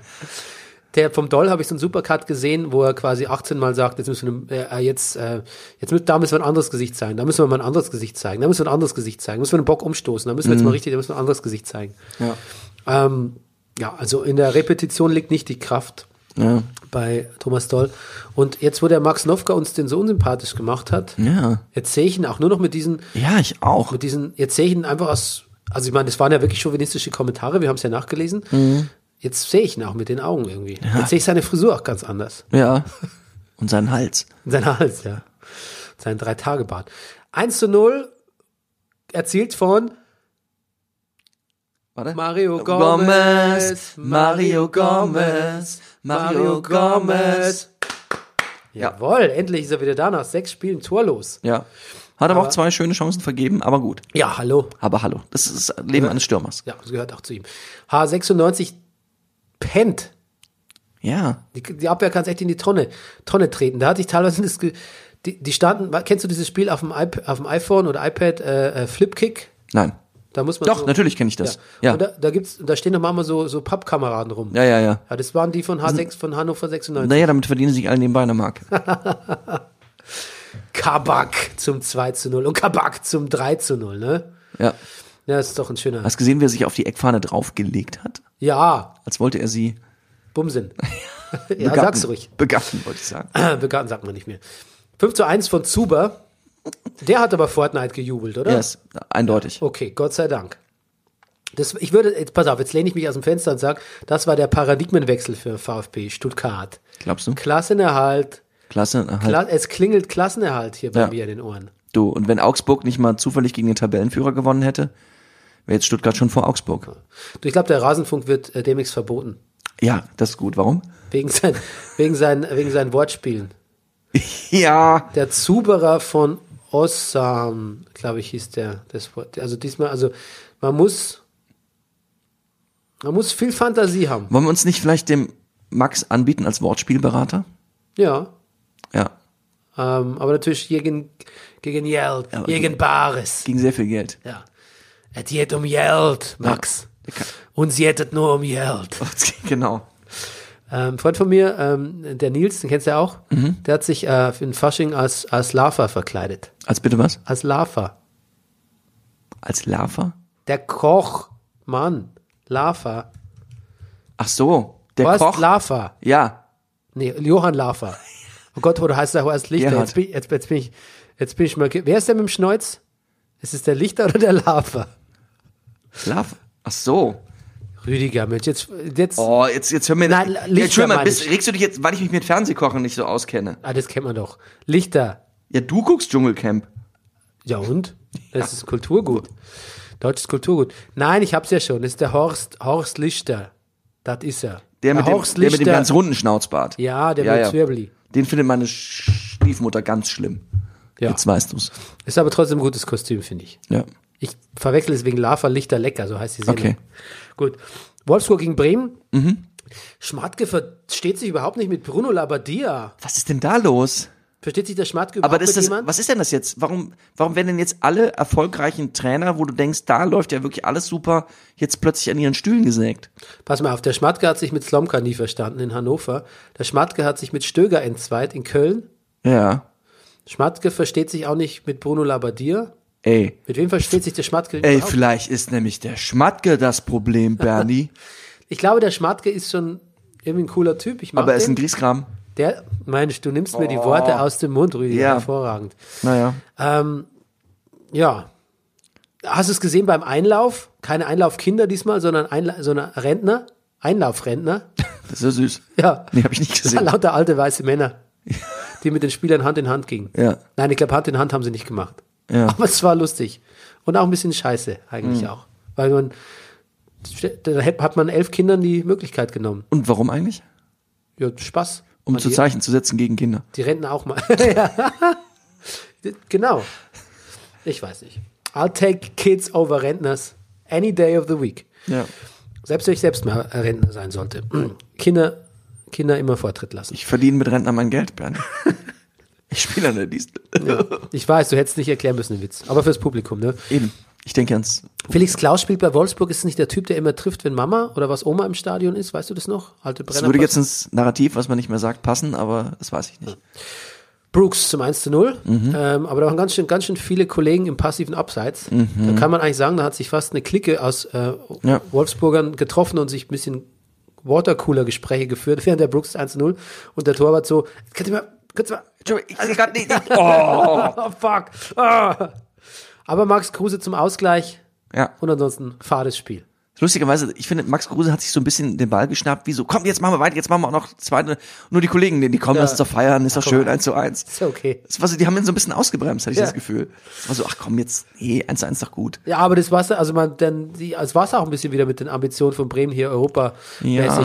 [SPEAKER 1] Der vom Doll habe ich so einen Supercut gesehen, wo er quasi 18 Mal sagt, jetzt müssen wir, äh, jetzt, äh, jetzt müssen, da müssen wir ein anderes Gesicht zeigen, da müssen wir mal ein anderes Gesicht zeigen, da müssen wir ein anderes Gesicht zeigen, müssen wir den Bock umstoßen, da müssen wir jetzt mal richtig, da müssen wir ein anderes Gesicht zeigen.
[SPEAKER 2] ja.
[SPEAKER 1] Ähm, ja, also in der Repetition liegt nicht die Kraft
[SPEAKER 2] Ja.
[SPEAKER 1] bei Thomas Doll. Und jetzt, wo der Max Nowka uns den so unsympathisch gemacht hat,
[SPEAKER 2] Ja.
[SPEAKER 1] jetzt sehe ich ihn auch nur noch mit diesen,
[SPEAKER 2] Ja, ich auch.
[SPEAKER 1] mit diesen, jetzt sehe ich ihn einfach aus, also ich meine, das waren ja wirklich chauvinistische Kommentare, wir haben es ja nachgelesen. Jetzt sehe ich ihn auch mit den Augen irgendwie. Jetzt sehe ich seine Frisur auch ganz anders.
[SPEAKER 2] Ja. Und seinen Hals.
[SPEAKER 1] Sein Hals, ja. Sein Drei-Tage-Bart. 1 zu 0 erzielt von
[SPEAKER 2] Warte.
[SPEAKER 1] Mario Gomez, Mario Gomez, Mario Gomez.
[SPEAKER 2] Ja.
[SPEAKER 1] Jawohl, endlich ist er wieder da nach sechs Spielen torlos.
[SPEAKER 2] Ja. Hat aber auch zwei schöne Chancen vergeben, aber gut.
[SPEAKER 1] Ja, hallo.
[SPEAKER 2] Aber hallo. Das ist das Leben eines Stürmers.
[SPEAKER 1] Ja, das gehört auch zu ihm. H96 pennt.
[SPEAKER 2] Ja.
[SPEAKER 1] Die, die Abwehr kann es echt in die Tonne, Tonne treten. Da hatte ich teilweise das Ge die, die standen, kennst du dieses Spiel auf dem, iP auf dem iPhone oder iPad, äh, äh, Flipkick?
[SPEAKER 2] Nein.
[SPEAKER 1] Da muss man
[SPEAKER 2] Doch,
[SPEAKER 1] so,
[SPEAKER 2] natürlich kenne ich das.
[SPEAKER 1] Ja.
[SPEAKER 2] Ja.
[SPEAKER 1] Und da, da gibt's, da stehen doch manchmal so, so Pappkameraden rum.
[SPEAKER 2] Ja, ja, ja.
[SPEAKER 1] Ja, das waren die von H6, von Hannover 96.
[SPEAKER 2] Naja, damit verdienen sich alle nebenbei eine Mark.
[SPEAKER 1] Kabak zum 2 zu 0 und Kabak zum 3 zu 0, ne?
[SPEAKER 2] Ja.
[SPEAKER 1] Ja, das ist doch ein schöner.
[SPEAKER 2] Hast gesehen, wie er sich auf die Eckfahne draufgelegt hat?
[SPEAKER 1] Ja,
[SPEAKER 2] Als wollte er sie
[SPEAKER 1] Bumsinn. ja,
[SPEAKER 2] begatten.
[SPEAKER 1] sag's ruhig.
[SPEAKER 2] Begatten, wollte ich sagen.
[SPEAKER 1] Begarten sagt man nicht mehr. 5 zu 1 von Zuber. Der hat aber Fortnite gejubelt, oder?
[SPEAKER 2] Ja, ist eindeutig.
[SPEAKER 1] Okay, Gott sei Dank. Das, ich würde, jetzt pass auf, jetzt lehne ich mich aus dem Fenster und sage, das war der Paradigmenwechsel für VfB Stuttgart.
[SPEAKER 2] Glaubst du?
[SPEAKER 1] Klassenerhalt,
[SPEAKER 2] Klasse. Halt.
[SPEAKER 1] Kla es klingelt Klassenerhalt hier bei
[SPEAKER 2] Ja.
[SPEAKER 1] mir in den Ohren.
[SPEAKER 2] Du, und wenn Augsburg nicht mal zufällig gegen den Tabellenführer gewonnen hätte, wäre jetzt Stuttgart schon vor Augsburg.
[SPEAKER 1] Du, ich glaube, der Rasenfunk wird äh, demnächst verboten.
[SPEAKER 2] Ja, das ist gut. Warum?
[SPEAKER 1] Wegen, sein, wegen, sein, wegen seinen Wortspielen.
[SPEAKER 2] Ja.
[SPEAKER 1] Der Zuberer von Ossam, glaube ich, hieß der. Das Wort. Also diesmal, also man muss, man muss viel Fantasie haben.
[SPEAKER 2] Wollen wir uns nicht vielleicht dem Max anbieten als Wortspielberater?
[SPEAKER 1] Ja.
[SPEAKER 2] Ja.
[SPEAKER 1] Ähm, aber natürlich gegen, gegen Geld,
[SPEAKER 2] Aber
[SPEAKER 1] gegen Bares.
[SPEAKER 2] Gegen sehr viel Geld.
[SPEAKER 1] Ja. Es geht um Geld, Max.
[SPEAKER 2] Okay.
[SPEAKER 1] Uns geht nur um Geld.
[SPEAKER 2] genau.
[SPEAKER 1] Ähm, Freund von mir, ähm, der Nils, den kennst du ja auch,
[SPEAKER 2] Mhm.
[SPEAKER 1] der hat sich äh, in Fasching als, als Lava verkleidet.
[SPEAKER 2] Als bitte was?
[SPEAKER 1] Als Lava.
[SPEAKER 2] Als Lava?
[SPEAKER 1] Der Koch, Mann, Lava.
[SPEAKER 2] Ach so. Der
[SPEAKER 1] Was?
[SPEAKER 2] Koch.
[SPEAKER 1] Lava.
[SPEAKER 2] ja.
[SPEAKER 1] Nee, Johann Lava. Oh Gott, oder heißt er heißt Lichter?
[SPEAKER 2] Gerhard.
[SPEAKER 1] Jetzt bin, ich- jetzt, jetzt, bin ich, jetzt bin ich mal. ge- Wer ist der mit dem Schneuz? Ist es der Lichter oder der Lava?
[SPEAKER 2] Lava. Ach so.
[SPEAKER 1] Rüdiger, Mensch, jetzt. jetzt
[SPEAKER 2] Oh, jetzt, jetzt hör mir
[SPEAKER 1] Nein, Lichter
[SPEAKER 2] jetzt, hör mal,
[SPEAKER 1] meine
[SPEAKER 2] bist,
[SPEAKER 1] ich.
[SPEAKER 2] regst du dich jetzt, weil ich mich mit Fernsehkochen nicht so auskenne?
[SPEAKER 1] Ah, das kennt man doch. Lichter.
[SPEAKER 2] Ja, du guckst Dschungelcamp.
[SPEAKER 1] Ja und? Das ist Kulturgut. Deutsches Kulturgut. Nein, ich hab's ja schon. Das ist der Horst, Horst Lichter. Das ist er.
[SPEAKER 2] Der, mit,
[SPEAKER 1] Horst
[SPEAKER 2] dem, der mit dem
[SPEAKER 1] Lichter.
[SPEAKER 2] ganz runden Schnauzbart.
[SPEAKER 1] Ja, der
[SPEAKER 2] ja,
[SPEAKER 1] mit
[SPEAKER 2] ja.
[SPEAKER 1] Zwirbli.
[SPEAKER 2] Den findet meine Stiefmutter ganz schlimm.
[SPEAKER 1] Ja.
[SPEAKER 2] Jetzt weißt du's.
[SPEAKER 1] Ist aber trotzdem ein gutes Kostüm, finde ich.
[SPEAKER 2] Ja.
[SPEAKER 1] Ich verwechsel es wegen Lava Lichter Lecker, so heißt die Sendung.
[SPEAKER 2] Okay. Mhm.
[SPEAKER 1] Gut. Wolfsburg gegen Bremen. Schmatke versteht sich überhaupt nicht mit Bruno Labbadia.
[SPEAKER 2] Was ist denn da los?
[SPEAKER 1] Versteht sich der Schmatke
[SPEAKER 2] Aber
[SPEAKER 1] überhaupt
[SPEAKER 2] das ist
[SPEAKER 1] mit
[SPEAKER 2] das,
[SPEAKER 1] jemand?
[SPEAKER 2] was ist denn das jetzt? Warum, warum werden denn jetzt alle erfolgreichen Trainer, wo du denkst, da läuft ja wirklich alles super, jetzt plötzlich an ihren Stühlen gesägt?
[SPEAKER 1] Pass mal auf, der Schmatke hat sich mit Slomka nie verstanden in Hannover. Der Schmatke hat sich mit Stöger entzweit in Köln.
[SPEAKER 2] Ja.
[SPEAKER 1] Schmatke versteht sich auch nicht mit Bruno Labbadia.
[SPEAKER 2] Ey.
[SPEAKER 1] Mit wem versteht sich der Schmatke
[SPEAKER 2] Ey,
[SPEAKER 1] überhaupt?
[SPEAKER 2] vielleicht ist nämlich der Schmatke das Problem, Bernie.
[SPEAKER 1] Ich glaube, der Schmatke ist schon irgendwie ein cooler Typ. Ich mag
[SPEAKER 2] Aber er ist
[SPEAKER 1] den.
[SPEAKER 2] ein Griesgram.
[SPEAKER 1] Der, Mensch, du nimmst mir die Worte aus dem Mund, Rüdiger.
[SPEAKER 2] Oh. Ja.
[SPEAKER 1] Hervorragend.
[SPEAKER 2] Naja.
[SPEAKER 1] Ähm, ja. Hast du es gesehen beim Einlauf? Keine Einlaufkinder diesmal, sondern, Einla sondern Rentner. Einlaufrentner.
[SPEAKER 2] Das ist ja süß.
[SPEAKER 1] Ja.
[SPEAKER 2] Nee, hab ich nicht
[SPEAKER 1] Das waren
[SPEAKER 2] gesehen.
[SPEAKER 1] lauter alte weiße Männer, die mit den Spielern Hand in Hand gingen.
[SPEAKER 2] Ja.
[SPEAKER 1] Nein, ich glaube, Hand in Hand haben sie nicht gemacht.
[SPEAKER 2] Ja. Mhm.
[SPEAKER 1] Aber es war lustig. Und auch ein bisschen scheiße, eigentlich auch. Weil man, da hätt- hat man elf Kindern die Möglichkeit genommen.
[SPEAKER 2] Und warum eigentlich?
[SPEAKER 1] Ja, Spaß.
[SPEAKER 2] Um
[SPEAKER 1] Man,
[SPEAKER 2] zu
[SPEAKER 1] die,
[SPEAKER 2] Zeichen zu setzen gegen Kinder.
[SPEAKER 1] die Renten auch mal. ja. Genau. Ich weiß nicht. I'll take kids over Rentners any day of the week.
[SPEAKER 2] Ja.
[SPEAKER 1] Selbst wenn ich selbst mal Rentner sein sollte. Hm. Kinder, Kinder immer Vortritt lassen.
[SPEAKER 2] Ich verdiene mit Rentner mein Geld, Bernie. Ich spiele an der Liste.
[SPEAKER 1] Ich weiß, du hättest nicht erklären müssen den Witz, aber fürs Publikum, ne?
[SPEAKER 2] Eben. Ich denke ans.
[SPEAKER 1] Felix Klaus spielt bei Wolfsburg, ist nicht der Typ, der immer trifft, wenn Mama oder was Oma im Stadion ist, weißt du das noch? Alte
[SPEAKER 2] Das
[SPEAKER 1] Brenner.
[SPEAKER 2] würde jetzt ins Narrativ, was man nicht mehr sagt, passen, aber das weiß ich nicht.
[SPEAKER 1] Brooks zum 1 zu 0.
[SPEAKER 2] Mhm.
[SPEAKER 1] Ähm, aber da waren ganz schön, ganz schön viele Kollegen im passiven Abseits. Da kann man eigentlich sagen, da hat sich fast eine Clique aus äh,
[SPEAKER 2] Mhm. Ja.
[SPEAKER 1] Wolfsburgern getroffen und sich ein bisschen Watercooler-Gespräche geführt, während der Brooks 1 zu 0 und der Torwart so, könnt ihr mal, könnt ihr mal,
[SPEAKER 2] Entschuldigung, ich sehe gerade nicht. Oh.
[SPEAKER 1] oh fuck. Ah. Aber Max Kruse zum Ausgleich
[SPEAKER 2] Ja.
[SPEAKER 1] und ansonsten fades Spiel.
[SPEAKER 2] Lustigerweise, ich finde, Max Kruse hat sich so ein bisschen den Ball geschnappt, wie so, komm, jetzt machen wir weiter, jetzt machen wir auch noch zweite. Nur die Kollegen, die, die kommen, lass uns doch feiern, ist doch schön, eins zu eins.
[SPEAKER 1] Ist ja okay.
[SPEAKER 2] Das war so, die haben ihn so ein bisschen ausgebremst, hatte ich
[SPEAKER 1] Ja.
[SPEAKER 2] das Gefühl. Es war so, ach komm, jetzt, nee, eins zu eins doch gut.
[SPEAKER 1] Ja, aber das Wasser, also man, dann, die, es war auch ein bisschen wieder mit den Ambitionen von Bremen hier Europa
[SPEAKER 2] Ja,
[SPEAKER 1] ne?
[SPEAKER 2] ich weiß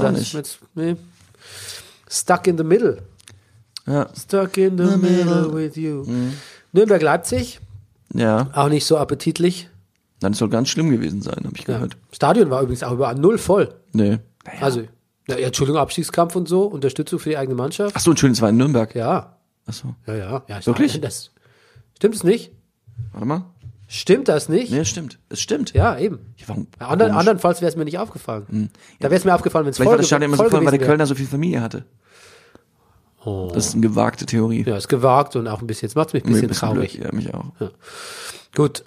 [SPEAKER 1] Also
[SPEAKER 2] auch
[SPEAKER 1] das
[SPEAKER 2] nicht.
[SPEAKER 1] ist jetzt, nee. Stuck in the middle.
[SPEAKER 2] Ja. Mhm.
[SPEAKER 1] Stuck in the, middle with you. Nürnberg Leipzig,
[SPEAKER 2] Ja,
[SPEAKER 1] auch nicht so appetitlich.
[SPEAKER 2] dann soll ganz schlimm gewesen sein, habe ich
[SPEAKER 1] Ja.
[SPEAKER 2] gehört.
[SPEAKER 1] Stadion war übrigens auch überall null voll.
[SPEAKER 2] Nee.
[SPEAKER 1] Also, ja, Entschuldigung, Abstiegskampf und so, Unterstützung für die eigene Mannschaft.
[SPEAKER 2] Ach so, Entschuldigung, es war in Nürnberg.
[SPEAKER 1] Ja,
[SPEAKER 2] Ach so,
[SPEAKER 1] ja, ja. ja
[SPEAKER 2] Wirklich?
[SPEAKER 1] Stadion, Das, stimmt es nicht?
[SPEAKER 2] warte mal.
[SPEAKER 1] Stimmt das nicht?
[SPEAKER 2] Nee, es stimmt. Es stimmt.
[SPEAKER 1] Ja, eben.
[SPEAKER 2] Ja, Warum?
[SPEAKER 1] Bei Andern,
[SPEAKER 2] komisch.
[SPEAKER 1] andernfalls wäre es mir nicht aufgefallen. Da wäre es mir aufgefallen, wenn es voll,
[SPEAKER 2] Vielleicht war das
[SPEAKER 1] gew-
[SPEAKER 2] Stadion immer
[SPEAKER 1] voll
[SPEAKER 2] so voll, weil
[SPEAKER 1] gewesen
[SPEAKER 2] der
[SPEAKER 1] wäre.
[SPEAKER 2] Kölner so viel Familie hatte. Das ist eine gewagte Theorie.
[SPEAKER 1] Ja, ist gewagt und auch ein bisschen, jetzt macht mich ein
[SPEAKER 2] Mir
[SPEAKER 1] bisschen
[SPEAKER 2] ein
[SPEAKER 1] traurig.
[SPEAKER 2] bisschen blöd. Ja, mich auch.
[SPEAKER 1] Gut.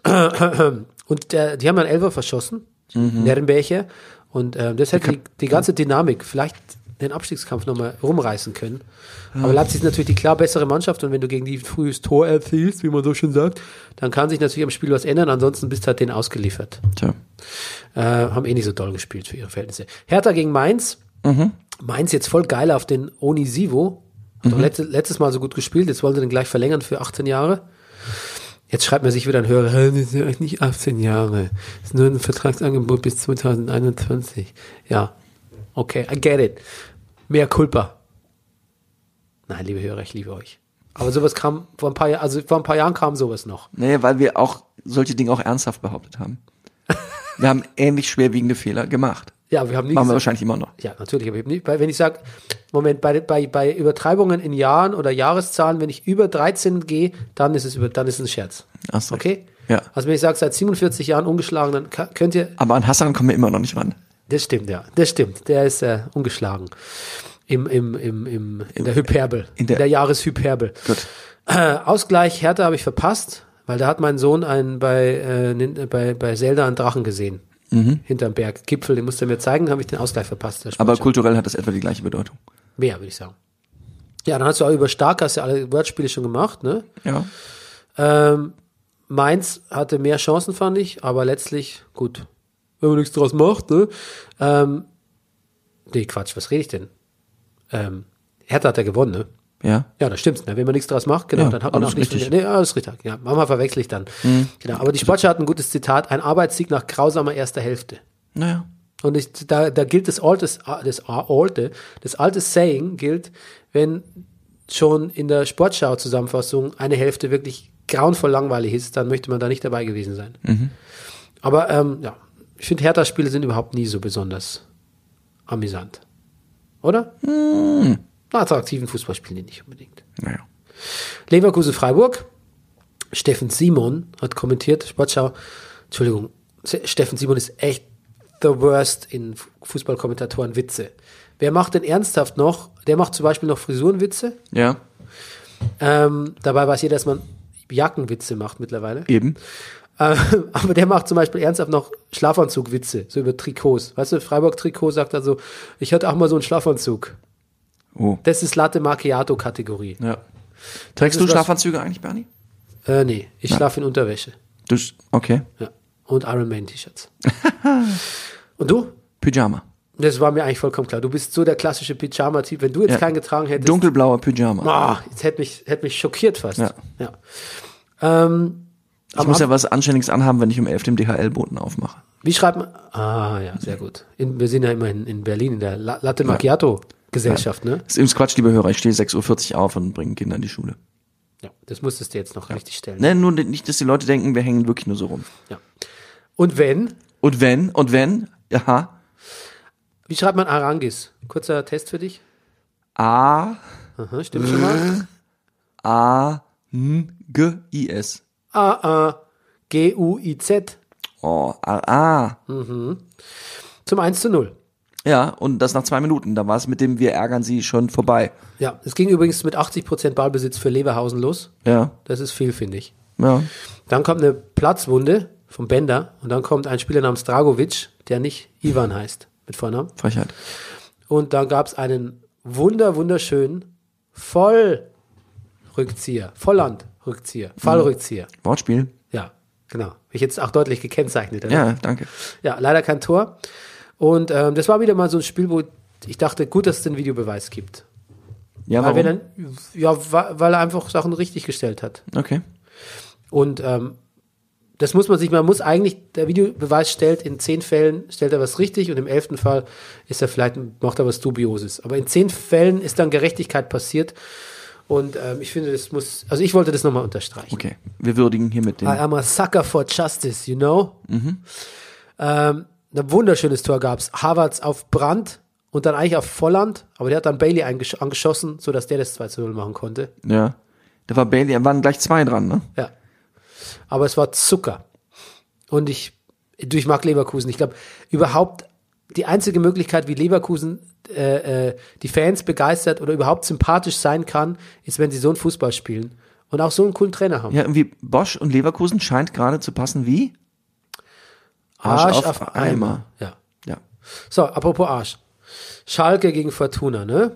[SPEAKER 1] Und äh, die haben einen Elfer verschossen,
[SPEAKER 2] Mhm.
[SPEAKER 1] Nürnberger. Und ähm, das hätte die, die ganze Dynamik vielleicht den Abstiegskampf nochmal rumreißen können. Aber Leipzig ist natürlich die klar bessere Mannschaft und wenn du gegen die frühes Tor erzielst, wie man so schön sagt, dann kann sich natürlich am Spiel was ändern, ansonsten bist du halt denen ausgeliefert.
[SPEAKER 2] Tja.
[SPEAKER 1] Äh, haben eh nicht so doll gespielt für ihre Verhältnisse. Hertha gegen Mainz.
[SPEAKER 2] Mhm.
[SPEAKER 1] Mainz jetzt voll geil auf den Onisivo. Hat doch
[SPEAKER 2] Mhm.
[SPEAKER 1] letzte, letztes Mal so gut gespielt. Jetzt wollen sie den gleich verlängern für 18 Jahre. Jetzt schreibt mir sich wieder ein Hörer, "Hä, das sind eigentlich nicht 18 Jahre. Das ist nur ein Vertragsangebot bis 2021. Ja. Okay, I get it. Mehr Culpa. Nein, liebe Hörer, ich liebe euch. Aber sowas kam vor ein paar Jahren, also vor ein paar Jahren kam sowas noch.
[SPEAKER 2] Nee, weil wir auch solche Dinge auch ernsthaft behauptet haben. Wir haben ähnlich schwerwiegende Fehler gemacht.
[SPEAKER 1] Ja, wir haben nie
[SPEAKER 2] Machen
[SPEAKER 1] gesagt-
[SPEAKER 2] wir wahrscheinlich immer noch.
[SPEAKER 1] Ja, natürlich, aber ich hab nicht, weil wenn ich sage, Moment, bei, bei, bei Übertreibungen in Jahren oder Jahreszahlen, wenn ich über 13 gehe, dann ist es über, dann ist es ein Scherz.
[SPEAKER 2] Ach so.
[SPEAKER 1] Okay?
[SPEAKER 2] Ja.
[SPEAKER 1] Also wenn ich sage, seit 47 Jahren ungeschlagen, dann ka- könnt ihr,
[SPEAKER 2] Aber an Hassan kommen wir immer noch nicht ran.
[SPEAKER 1] das stimmt, ja, das stimmt, der ist äh, ungeschlagen. Im, im, im, im, in der Hyperbel,
[SPEAKER 2] in der-
[SPEAKER 1] in der Jahreshyperbel.
[SPEAKER 2] Gut.
[SPEAKER 1] Äh, Ausgleich Hertha habe ich verpasst, weil da hat mein Sohn einen bei, äh, nin- bei, bei Zelda einen Drachen gesehen.
[SPEAKER 2] Mhm.
[SPEAKER 1] Hinterm Berg. Gipfel, den musste er mir zeigen, habe ich den Ausgleich verpasst. der
[SPEAKER 2] Aber
[SPEAKER 1] Sportschau.
[SPEAKER 2] kulturell hat das etwa die gleiche Bedeutung.
[SPEAKER 1] Mehr, würde ich sagen. Ja, dann hast du auch über Stark, hast ja alle Wortspiele schon gemacht, ne?
[SPEAKER 2] Ja.
[SPEAKER 1] Ähm, Mainz hatte mehr Chancen, fand ich, aber letztlich, gut, wenn man nichts draus macht, ne? Ähm, nee, Quatsch, was rede ich denn? Ähm, Hertha hat ja gewonnen, ne?
[SPEAKER 2] Ja.
[SPEAKER 1] Ja, das stimmt. Ne? Wenn man nichts draus macht, genau,
[SPEAKER 2] Ja,
[SPEAKER 1] dann hat man
[SPEAKER 2] alles
[SPEAKER 1] auch nichts.
[SPEAKER 2] richtig. Mhm.
[SPEAKER 1] Nee, ja, das ist richtig. Ja, manchmal verwechsel ich dann. Genau. Aber die Sportschau hat ein gutes Zitat: Ein Arbeitssieg nach grausamer erster Hälfte.
[SPEAKER 2] Naja.
[SPEAKER 1] Und ich, da, da gilt das alte, das alte, das alte Saying gilt, wenn schon in der Sportschau-Zusammenfassung eine Hälfte wirklich grauenvoll langweilig ist, dann möchte man da nicht dabei gewesen sein. Aber ähm, ja, ich finde Hertha-Spiele sind überhaupt nie so besonders amüsant. Oder? Na, attraktiven Fußball spielen die nicht unbedingt.
[SPEAKER 2] Naja.
[SPEAKER 1] Leverkusen Freiburg. Steffen Simon hat kommentiert, Sportschau, Entschuldigung, Se- Steffen Simon ist echt the worst in Fu- Fußballkommentatoren Witze. Wer macht denn ernsthaft noch? Der macht zum Beispiel noch Frisurenwitze.
[SPEAKER 2] Ja,
[SPEAKER 1] Ähm, dabei weiß jeder, dass man Jackenwitze macht mittlerweile.
[SPEAKER 2] eben.
[SPEAKER 1] Ähm, aber der macht zum Beispiel ernsthaft noch Schlafanzugwitze, so über Trikots. Weißt du, Freiburg-Trikot sagt dann so, ich hatte auch mal so einen Schlafanzug.
[SPEAKER 2] Oh.
[SPEAKER 1] Das ist Latte Macchiato-Kategorie.
[SPEAKER 2] Ja.
[SPEAKER 1] Das
[SPEAKER 2] Trägst du
[SPEAKER 1] ist was-
[SPEAKER 2] Schlafanzüge eigentlich, Bernie?
[SPEAKER 1] Äh, nee, ich schlafe in Unterwäsche.
[SPEAKER 2] Du, sch- okay.
[SPEAKER 1] Ja. Und Iron Man-T-Shirts. Und du?
[SPEAKER 2] Pyjama.
[SPEAKER 1] Das war mir eigentlich vollkommen klar. Du bist so der klassische Pyjama-Typ. Wenn du jetzt
[SPEAKER 2] Ja.
[SPEAKER 1] keinen getragen hättest,
[SPEAKER 2] Dunkelblauer Pyjama.
[SPEAKER 1] Ah, jetzt hätte mich, hätte mich schockiert fast.
[SPEAKER 2] Ja.
[SPEAKER 1] ja. Ähm,
[SPEAKER 2] Ich muss ja was Anständiges anhaben, wenn ich um 11 den DHL-Boten aufmache.
[SPEAKER 1] wie schreibt man? Ah, ja, sehr gut. In, wir sind ja immerhin in Berlin, in der La Latte Macchiato-Gesellschaft, ne?
[SPEAKER 2] Ist übrigens Quatsch, liebe Hörer. Ich stehe 6.40 Uhr auf und bringe Kinder in die Schule.
[SPEAKER 1] Ja. Das musstest du jetzt noch richtig stellen.
[SPEAKER 2] Ne, nur nicht, dass die Leute denken, wir hängen wirklich nur so rum.
[SPEAKER 1] Ja. Und wenn,
[SPEAKER 2] Und wenn, und wenn, aha,
[SPEAKER 1] wie schreibt man Arangis? Kurzer Test für dich.
[SPEAKER 2] A,
[SPEAKER 1] Aha, stimmt schon
[SPEAKER 2] Äh?
[SPEAKER 1] mal.
[SPEAKER 2] A, N, G, I, S.
[SPEAKER 1] A-A-G-U-I-Z
[SPEAKER 2] Oh, A, A.
[SPEAKER 1] zum 1 zu 0.
[SPEAKER 2] Ja, und das nach zwei Minuten. Da war es mit dem Wir ärgern Sie schon vorbei.
[SPEAKER 1] Ja, es ging übrigens mit 80% Ballbesitz für Leverhausen los.
[SPEAKER 2] Ja,
[SPEAKER 1] Das ist viel, finde ich.
[SPEAKER 2] ja.
[SPEAKER 1] Dann kommt eine Platzwunde vom Bender und dann kommt ein Spieler namens Dragovic, der nicht Ivan heißt, mit Vornamen.
[SPEAKER 2] Frechheit.
[SPEAKER 1] Und dann gab es einen wunder, wunderschönen Vollrückzieher,
[SPEAKER 2] Mhm.
[SPEAKER 1] Volland-Rückzieher, Fallrückzieher.
[SPEAKER 2] Wortspiel.
[SPEAKER 1] Ja, genau. Hab Ich jetzt auch deutlich gekennzeichnet. oder?
[SPEAKER 2] Ja, danke.
[SPEAKER 1] ja, leider kein Tor. Und ähm, das war wieder mal so ein Spiel, wo ich dachte, gut, dass es den Videobeweis gibt.
[SPEAKER 2] Ja,
[SPEAKER 1] Weil,
[SPEAKER 2] warum?
[SPEAKER 1] wir dann, ja, wa- weil er einfach Sachen richtig gestellt hat.
[SPEAKER 2] okay.
[SPEAKER 1] Und ähm, das muss man sich, man muss eigentlich, der Videobeweis stellt, in zehn Fällen stellt er was richtig und im elften Fall ist er vielleicht, macht er was Dubioses. Aber in zehn Fällen ist dann Gerechtigkeit passiert und ähm, ich finde, das muss, also ich wollte das nochmal unterstreichen.
[SPEAKER 2] Okay. Wir würdigen hiermit den.
[SPEAKER 1] I am a sucker for justice, you know? Ähm, ein wunderschönes Tor gab's. Havertz auf Brand und dann eigentlich auf Volland, aber der hat dann Bailey eingesch- angeschossen, sodass der das 2 zu 0 machen konnte.
[SPEAKER 2] Ja. Da war Bailey, da waren gleich zwei dran, ne?
[SPEAKER 1] Ja. Aber es war Zucker. Und ich, du, ich mag Leverkusen. Ich glaube, überhaupt die einzige Möglichkeit, wie Leverkusen äh, äh, die Fans begeistert oder überhaupt sympathisch sein kann, ist, wenn sie so einen Fußball spielen und auch so einen coolen Trainer haben.
[SPEAKER 2] Ja, irgendwie Bosch und Leverkusen scheint gerade zu passen wie?
[SPEAKER 1] Ja.
[SPEAKER 2] Ja.
[SPEAKER 1] So, apropos Arsch. Schalke gegen Fortuna, ne?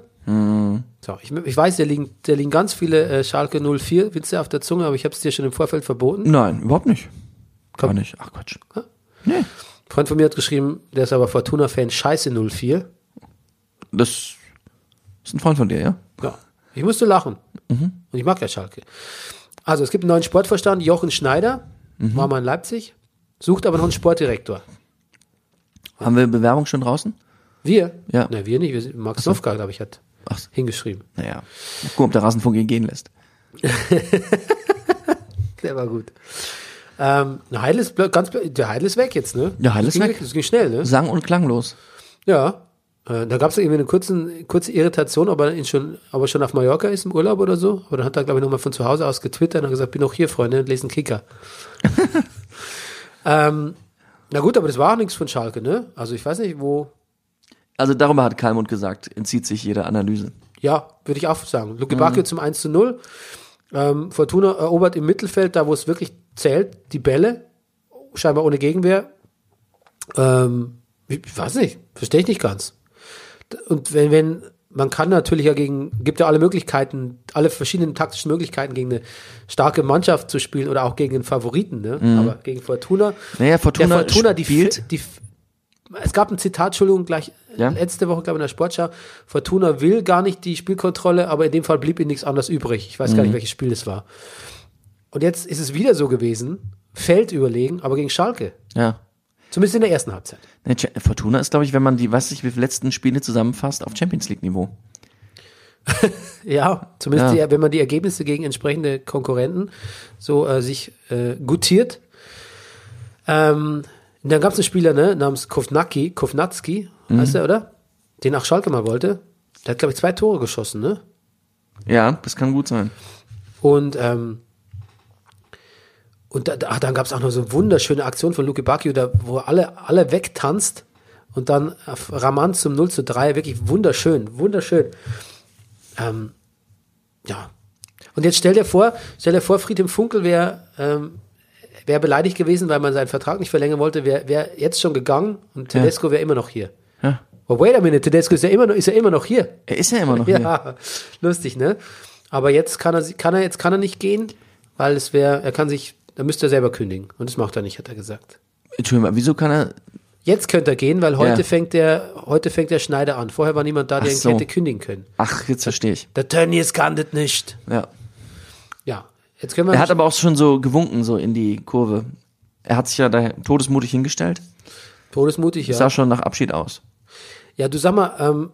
[SPEAKER 1] So, ich, ich weiß, der liegen, der liegen ganz viele äh, Schalke 04 Witze auf der Zunge, aber ich habe es dir schon im Vorfeld verboten.
[SPEAKER 2] Nein, überhaupt nicht. Gar
[SPEAKER 1] Komm.
[SPEAKER 2] nicht. Ach Quatsch.
[SPEAKER 1] Ja.
[SPEAKER 2] Nee.
[SPEAKER 1] Ein Freund von mir hat geschrieben, der ist aber Fortuna-Fan, scheiße 04.
[SPEAKER 2] Das ist ein Freund von dir, ja?
[SPEAKER 1] Ja, ich musste lachen. Und ich mag ja Schalke. Also, es gibt einen neuen Sportverstand, Jochen Schneider, war mal in Leipzig, sucht aber noch einen Sportdirektor.
[SPEAKER 2] Haben wir Bewerbung schon draußen?
[SPEAKER 1] Wir?
[SPEAKER 2] Ja.
[SPEAKER 1] Na, wir nicht, wir sind, Max Nowka, glaube ich, hat
[SPEAKER 2] Ach so.
[SPEAKER 1] hingeschrieben.
[SPEAKER 2] Naja. Mal gucken, ob der Rasenfunk ihn gehen lässt.
[SPEAKER 1] Der war gut. Ähm, Heidel ist blö- ganz, blö- der Heidel ist weg jetzt, ne?
[SPEAKER 2] Ja, Heidel
[SPEAKER 1] Das
[SPEAKER 2] ist
[SPEAKER 1] ging-
[SPEAKER 2] weg.
[SPEAKER 1] Das ging schnell, ne?
[SPEAKER 2] Sang und klanglos.
[SPEAKER 1] Ja. Äh, da gab es irgendwie eine kurzen, kurze Irritation, ob er, in schon, ob er schon auf Mallorca ist im Urlaub oder so. Aber dann hat er, glaube ich, nochmal von zu Hause aus getwittert und hat gesagt, bin noch hier, Freunde, und lese einen Kicker. ähm, na gut, aber das war auch nichts von Schalke, ne? Also ich weiß nicht, wo.
[SPEAKER 2] Also darüber hat Kalmund gesagt, entzieht sich jede Analyse.
[SPEAKER 1] Ja, würde ich auch sagen. Luke Bacchio zum 1 zu 0. Ähm, Fortuna erobert im Mittelfeld, da wo es wirklich zählt, die Bälle. Scheinbar ohne Gegenwehr. Ähm, ich, ich weiß nicht, verstehe ich nicht ganz. D- Und wenn, wenn, man kann natürlich ja gegen, gibt ja alle Möglichkeiten, alle verschiedenen taktischen Möglichkeiten gegen eine starke Mannschaft zu spielen oder auch gegen den Favoriten, ne? Aber gegen Fortuna.
[SPEAKER 2] Naja, Fortuna
[SPEAKER 1] der Fortuna die,
[SPEAKER 2] spielt-
[SPEAKER 1] Fi- die, F- es gab ein Zitat, Entschuldigung, gleich
[SPEAKER 2] Ja.
[SPEAKER 1] letzte Woche, glaube ich, in der Sportschau. Fortuna will gar nicht die Spielkontrolle, aber in dem Fall blieb ihnen nichts anderes übrig. Ich weiß gar nicht,
[SPEAKER 2] Mhm.
[SPEAKER 1] welches Spiel das war. Und jetzt ist es wieder so gewesen, Feld überlegen, aber gegen Schalke.
[SPEAKER 2] Ja.
[SPEAKER 1] Zumindest in der ersten Halbzeit.
[SPEAKER 2] Nee, Cha- Fortuna ist, glaube ich, wenn man die, weiß ich, wie viele letzten Spiele zusammenfasst, auf Champions League-Niveau.
[SPEAKER 1] Ja, zumindest
[SPEAKER 2] Ja.
[SPEAKER 1] Die, wenn man die Ergebnisse gegen entsprechende Konkurrenten so äh, sich äh, gutiert. Ähm, dann gab es einen Spieler ne, namens Kovnacki, Kovnatski heißt er, oder? den auch Schalke mal wollte. Der hat, glaube ich, zwei Tore geschossen, ne?
[SPEAKER 2] Ja, das kann gut sein.
[SPEAKER 1] Und, ähm, und da, da, ach, dann gab es auch noch so eine wunderschöne Aktion von Luke Bacchio, da, wo er alle, alle wegtanzt und dann auf Raman zum 0 zu 3. Wirklich wunderschön, wunderschön. Ähm, ja. Und jetzt stell dir vor, stell dir vor, Friedhelm Funkel wäre ähm, wär beleidigt gewesen, weil man seinen Vertrag nicht verlängern wollte, wäre wär jetzt schon gegangen und Tedesco wäre immer noch hier.
[SPEAKER 2] Ja.
[SPEAKER 1] Oh, wait a minute, Tedesco ist ja immer noch, ist ja immer noch hier.
[SPEAKER 2] Er ist ja immer noch hier.
[SPEAKER 1] Ja, lustig, ne? Aber jetzt kann er, sie- kann er, jetzt kann er nicht gehen, weil es wäre, er kann sich, da müsste er selber kündigen. Und das macht er nicht, hat er gesagt.
[SPEAKER 2] Entschuldigung, mal, wieso kann er.
[SPEAKER 1] Jetzt könnte er gehen, weil heute
[SPEAKER 2] Ja.
[SPEAKER 1] fängt der, heute fängt der Schneider an. Vorher war niemand da, der ihn
[SPEAKER 2] so.
[SPEAKER 1] hätte kündigen können.
[SPEAKER 2] Ach, jetzt verstehe ich.
[SPEAKER 1] Der Tönnies kann das nicht.
[SPEAKER 2] Ja.
[SPEAKER 1] Ja. Jetzt können wir,
[SPEAKER 2] Er hat aber auch schon so gewunken, so in die Kurve. Er hat sich ja da todesmutig hingestellt.
[SPEAKER 1] todesmutig, ja.
[SPEAKER 2] Sah schon nach Abschied aus.
[SPEAKER 1] Ja, du sag mal, ähm,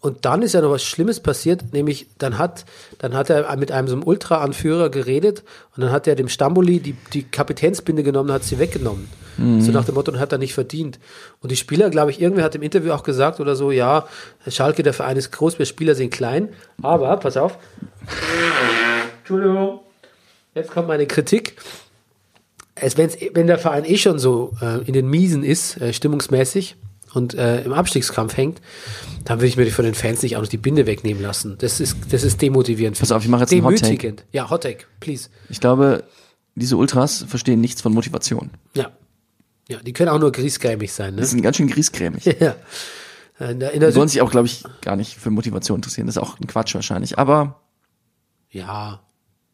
[SPEAKER 1] und dann ist ja noch was Schlimmes passiert, nämlich dann hat, dann hat er mit einem so einem Ultra-Anführer geredet und dann hat er dem Stamboli die, die Kapitänsbinde genommen und hat sie weggenommen. So nach dem Motto, und hat er nicht verdient. Und die Spieler, glaube ich, irgendwer hat im Interview auch gesagt oder so, ja, Schalke, der Verein ist groß, wir Spieler sind klein, aber, pass auf. Entschuldigung. Jetzt kommt meine Kritik. Es, wenn's, wenn der Verein eh schon so äh, in den Miesen ist, äh, stimmungsmäßig und äh, im Abstiegskampf hängt, dann würde ich mir von den Fans nicht auch noch die Binde wegnehmen lassen. Das ist, das ist demotivierend.
[SPEAKER 2] Pass auf, ich mache jetzt einen Hot Take.
[SPEAKER 1] Demütigend. Ja, Hot Take, please.
[SPEAKER 2] Ich glaube, diese Ultras verstehen nichts von Motivation.
[SPEAKER 1] Ja. Ja, die können auch nur griesgrämig sein,
[SPEAKER 2] Die
[SPEAKER 1] ne?
[SPEAKER 2] sind ganz schön griesgrämig.
[SPEAKER 1] ja. In der, in der
[SPEAKER 2] Die sollen sich auch, glaube ich, gar nicht für Motivation interessieren. Das ist auch ein Quatsch wahrscheinlich. Aber
[SPEAKER 1] Ja.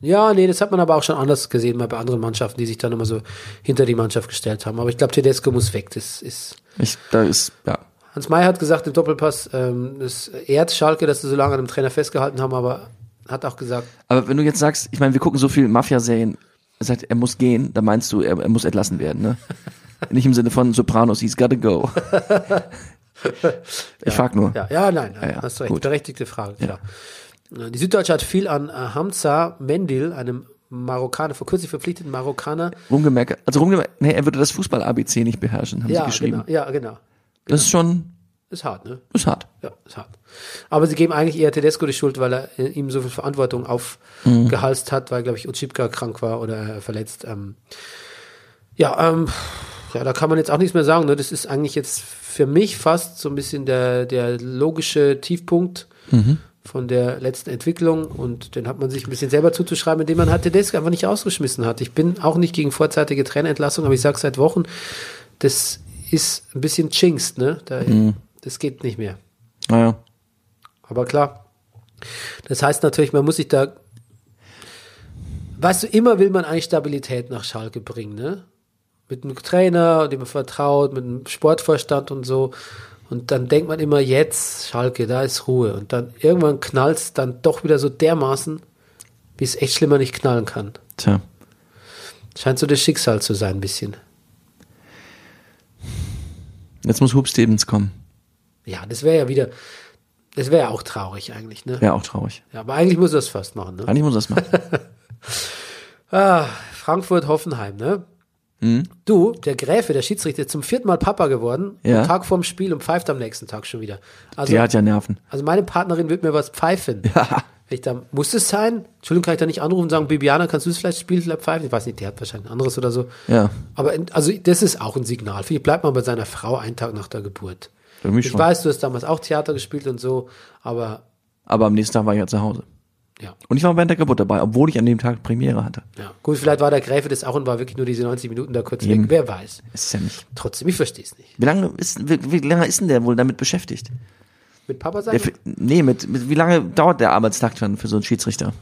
[SPEAKER 1] Ja, nee, das hat man aber auch schon anders gesehen, mal bei anderen Mannschaften, die sich dann immer so hinter die Mannschaft gestellt haben. Aber ich glaube, Tedesco muss weg. Das ist.
[SPEAKER 2] ich, da ist, ja.
[SPEAKER 1] Hans May hat gesagt im Doppelpass, ähm, es ehrt Schalke, dass sie so lange an dem Trainer festgehalten haben, aber hat auch gesagt,
[SPEAKER 2] Aber wenn du jetzt sagst, ich meine, wir gucken so viel Mafia-Serien, er sagt, er muss gehen, dann meinst du, er, er muss entlassen werden, ne? Nicht im Sinne von Sopranos, he's gotta go. ich frag nur.
[SPEAKER 1] ja, ja, nein,
[SPEAKER 2] Ja, ja,
[SPEAKER 1] hast du recht,
[SPEAKER 2] gut.
[SPEAKER 1] berechtigte Frage, klar. Die Süddeutsche hat viel an äh, Hamza Mendil, einem Marokkaner, vor kurzem verpflichteten Marokkaner.
[SPEAKER 2] Rumgemerkt, also rumgemerkt, nee, er würde das Fußball-ABC nicht beherrschen, haben
[SPEAKER 1] Ja,
[SPEAKER 2] sie geschrieben.
[SPEAKER 1] genau, ja, genau.
[SPEAKER 2] Das ist schon,
[SPEAKER 1] Ist hart, ne?
[SPEAKER 2] ist hart.
[SPEAKER 1] Ja, ist hart. Aber sie geben eigentlich eher Tedesco die Schuld, weil er äh, ihm so viel Verantwortung aufgehalst hat, weil, glaube ich, Utschipka krank war oder äh, verletzt. Ähm, ja, ähm, ja, da kann man jetzt auch nichts mehr sagen. Ne? Das ist eigentlich jetzt für mich fast so ein bisschen der, der logische Tiefpunkt von der letzten Entwicklung und den hat man sich ein bisschen selber zuzuschreiben, indem man halt Tedesco einfach nicht ausgeschmissen hat. Ich bin auch nicht gegen vorzeitige Trainerentlassung, aber ich sage seit Wochen, das ist ein bisschen Chinks, ne? Da, Das geht nicht mehr.
[SPEAKER 2] Naja.
[SPEAKER 1] Aber klar, das heißt natürlich, man muss sich da. Weißt du, immer will man eigentlich Stabilität nach Schalke bringen, ne? Mit einem Trainer, dem man vertraut, mit einem Sportvorstand und so. Und dann denkt man immer, jetzt, Schalke, da ist Ruhe. Und dann irgendwann knallt es dann doch wieder so dermaßen, wie es echt schlimmer nicht knallen kann.
[SPEAKER 2] Tja.
[SPEAKER 1] Scheint so das Schicksal zu sein, ein bisschen.
[SPEAKER 2] Jetzt muss Hub Stevens kommen.
[SPEAKER 1] Ja, das wäre ja wieder, das wäre ja auch traurig eigentlich, ne?
[SPEAKER 2] Wäre auch traurig.
[SPEAKER 1] Ja, aber eigentlich muss er es fast machen, ne?
[SPEAKER 2] Eigentlich muss das machen.
[SPEAKER 1] Ah, Frankfurt-Hoffenheim, ne?
[SPEAKER 2] Mhm.
[SPEAKER 1] Du, der Gräfe, der Schiedsrichter, ist zum vierten Mal Papa geworden,
[SPEAKER 2] Ja.
[SPEAKER 1] am Tag vorm Spiel und pfeift am nächsten Tag schon wieder. Also,
[SPEAKER 2] Der hat ja Nerven.
[SPEAKER 1] also meine Partnerin wird mir was pfeifen.
[SPEAKER 2] Ja.
[SPEAKER 1] Wenn Ich da, muss es sein? Entschuldigung, kann ich da nicht anrufen und sagen, Bibiana, kannst du das vielleicht Spiel vielleicht pfeifen? Ich weiß nicht, der hat wahrscheinlich ein anderes oder so.
[SPEAKER 2] Ja.
[SPEAKER 1] Aber in- also das ist auch ein Signal. Vielleicht bleibt man bei seiner Frau einen Tag nach der Geburt.
[SPEAKER 2] Irgendwie
[SPEAKER 1] Ich
[SPEAKER 2] schon.
[SPEAKER 1] weiß, du hast damals auch Theater gespielt und so, aber
[SPEAKER 2] Aber am nächsten Tag war ich ja zu Hause.
[SPEAKER 1] ja.
[SPEAKER 2] Und ich war bei der Geburt dabei, obwohl ich an dem Tag Premiere hatte.
[SPEAKER 1] ja. Gut, vielleicht war der Gräfe das auch und war wirklich nur diese 90 Minuten da kurz weg. Wer weiß.
[SPEAKER 2] Ist ja nicht.
[SPEAKER 1] Trotzdem, ich verstehe es nicht.
[SPEAKER 2] Wie lange ist, wie, wie lange ist denn der wohl damit beschäftigt?
[SPEAKER 1] Mit Papa sein?
[SPEAKER 2] Der, fi- nee, mit, mit, wie lange dauert der Arbeitstag dann für so einen Schiedsrichter?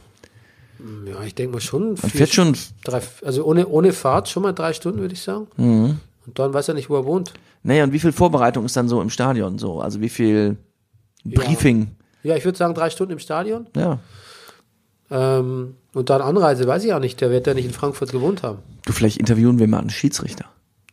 [SPEAKER 1] Ja, ich denke mal schon.
[SPEAKER 2] Man fährt schon,
[SPEAKER 1] Drei, also ohne, ohne Fahrt schon mal drei Stunden, würde ich sagen.
[SPEAKER 2] Mhm.
[SPEAKER 1] Und dann weiß er nicht, wo er wohnt.
[SPEAKER 2] naja, und wie viel Vorbereitung ist dann so im Stadion so? Also wie viel Briefing?
[SPEAKER 1] Ja, ich würde sagen, drei Stunden im Stadion.
[SPEAKER 2] Ja.
[SPEAKER 1] Ähm, und dann Anreise, weiß ich auch nicht. Der wird ja nicht in Frankfurt gewohnt haben.
[SPEAKER 2] Du, vielleicht interviewen wir mal einen Schiedsrichter.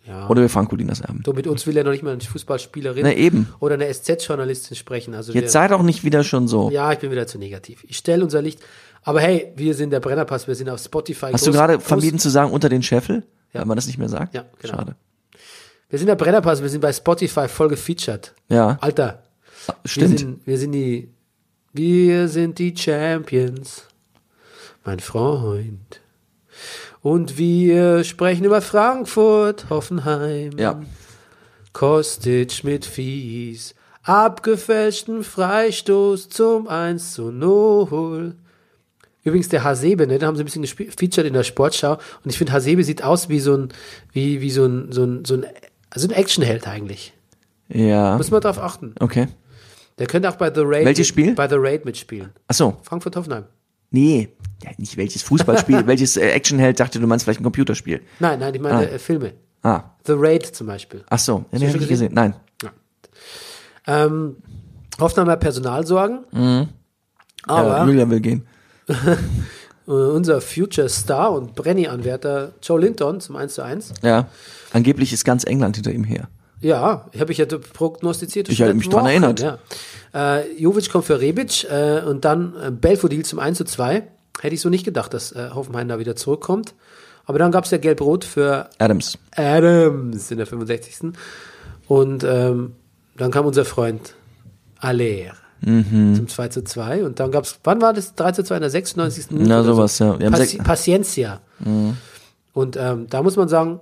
[SPEAKER 1] Ja.
[SPEAKER 2] Oder wir fragen Colinas Erben.
[SPEAKER 1] so, mit uns will er noch nicht mal eine Fußballspielerin
[SPEAKER 2] Na eben.
[SPEAKER 1] oder eine SZ-Journalistin sprechen. Also
[SPEAKER 2] Jetzt
[SPEAKER 1] wir,
[SPEAKER 2] sei doch nicht wieder schon so.
[SPEAKER 1] ja, ich bin wieder zu negativ. Ich stelle unser Licht. Aber hey, wir sind der Brennerpass, wir sind auf Spotify.
[SPEAKER 2] Hast
[SPEAKER 1] groß-
[SPEAKER 2] du gerade
[SPEAKER 1] groß-
[SPEAKER 2] vermieden zu sagen, unter den Scheffel?
[SPEAKER 1] Ja.
[SPEAKER 2] Weil man das nicht mehr sagt?
[SPEAKER 1] Ja, genau.
[SPEAKER 2] Schade.
[SPEAKER 1] Wir sind der Brennerpass, wir sind bei Spotify voll gefeatured.
[SPEAKER 2] Ja.
[SPEAKER 1] Alter, Also, Wir
[SPEAKER 2] Stimmt.
[SPEAKER 1] sind, wir sind die, wir sind die Champions, mein Freund. Und wir sprechen über Frankfurt, Hoffenheim.
[SPEAKER 2] Ja.
[SPEAKER 1] Kostic mit Fies. Abgefälschten Freistoß zum 1 zu 0. Übrigens der Hasebe, ne, den haben sie ein bisschen gespie- featured in der Sportschau. Und ich finde, Hasebe sieht aus wie so ein, wie, wie so ein, so ein, so ein, so ein Actionheld eigentlich.
[SPEAKER 2] Ja.
[SPEAKER 1] Muss man drauf achten.
[SPEAKER 2] Okay.
[SPEAKER 1] Der könnte auch bei The Raid,
[SPEAKER 2] Welches Spiel?
[SPEAKER 1] Bei The Raid mitspielen.
[SPEAKER 2] Ach so.
[SPEAKER 1] Frankfurt-Hoffenheim.
[SPEAKER 2] Nee. Ja, nicht welches Fußballspiel, welches äh, Actionheld dachte, du meinst vielleicht ein Computerspiel.
[SPEAKER 1] Nein, nein, ich meine
[SPEAKER 2] Ah.
[SPEAKER 1] äh, Filme.
[SPEAKER 2] Ah.
[SPEAKER 1] The Raid zum Beispiel.
[SPEAKER 2] Ach so. Ja,
[SPEAKER 1] du
[SPEAKER 2] den hab ich
[SPEAKER 1] schon
[SPEAKER 2] nicht gesehen. Nein.
[SPEAKER 1] Ähm, Hoffenheimer Personalsorgen.
[SPEAKER 2] Mhm. Ja,
[SPEAKER 1] Aber
[SPEAKER 2] Julian will gehen.
[SPEAKER 1] äh, unser Future Star und Brenny-Anwärter Joe Linton zum 1 zu 1.
[SPEAKER 2] Ja. Angeblich ist ganz England hinter ihm her.
[SPEAKER 1] Ja, habe ich ja prognostiziert.
[SPEAKER 2] Ich habe mich dran erinnert.
[SPEAKER 1] Ja. Äh, Jovic kommt für Rebic äh, und dann äh, Belfodil zum 1 zu 2. Hätte ich so nicht gedacht, dass äh, Hoffenheim da wieder zurückkommt. Aber dann gab es ja Gelb-Rot für
[SPEAKER 2] Adams.
[SPEAKER 1] Adams in der 65. Und ähm, dann kam unser Freund Aller
[SPEAKER 2] Mhm.
[SPEAKER 1] zum 2 zu 2. Und dann gab es, wann war das? 3 zu 2 in der 96. Minute
[SPEAKER 2] Na,
[SPEAKER 1] oder
[SPEAKER 2] sowas, ja. Wir haben
[SPEAKER 1] Paci
[SPEAKER 2] sech- Mhm.
[SPEAKER 1] Paciencia. Und ähm, da muss man sagen,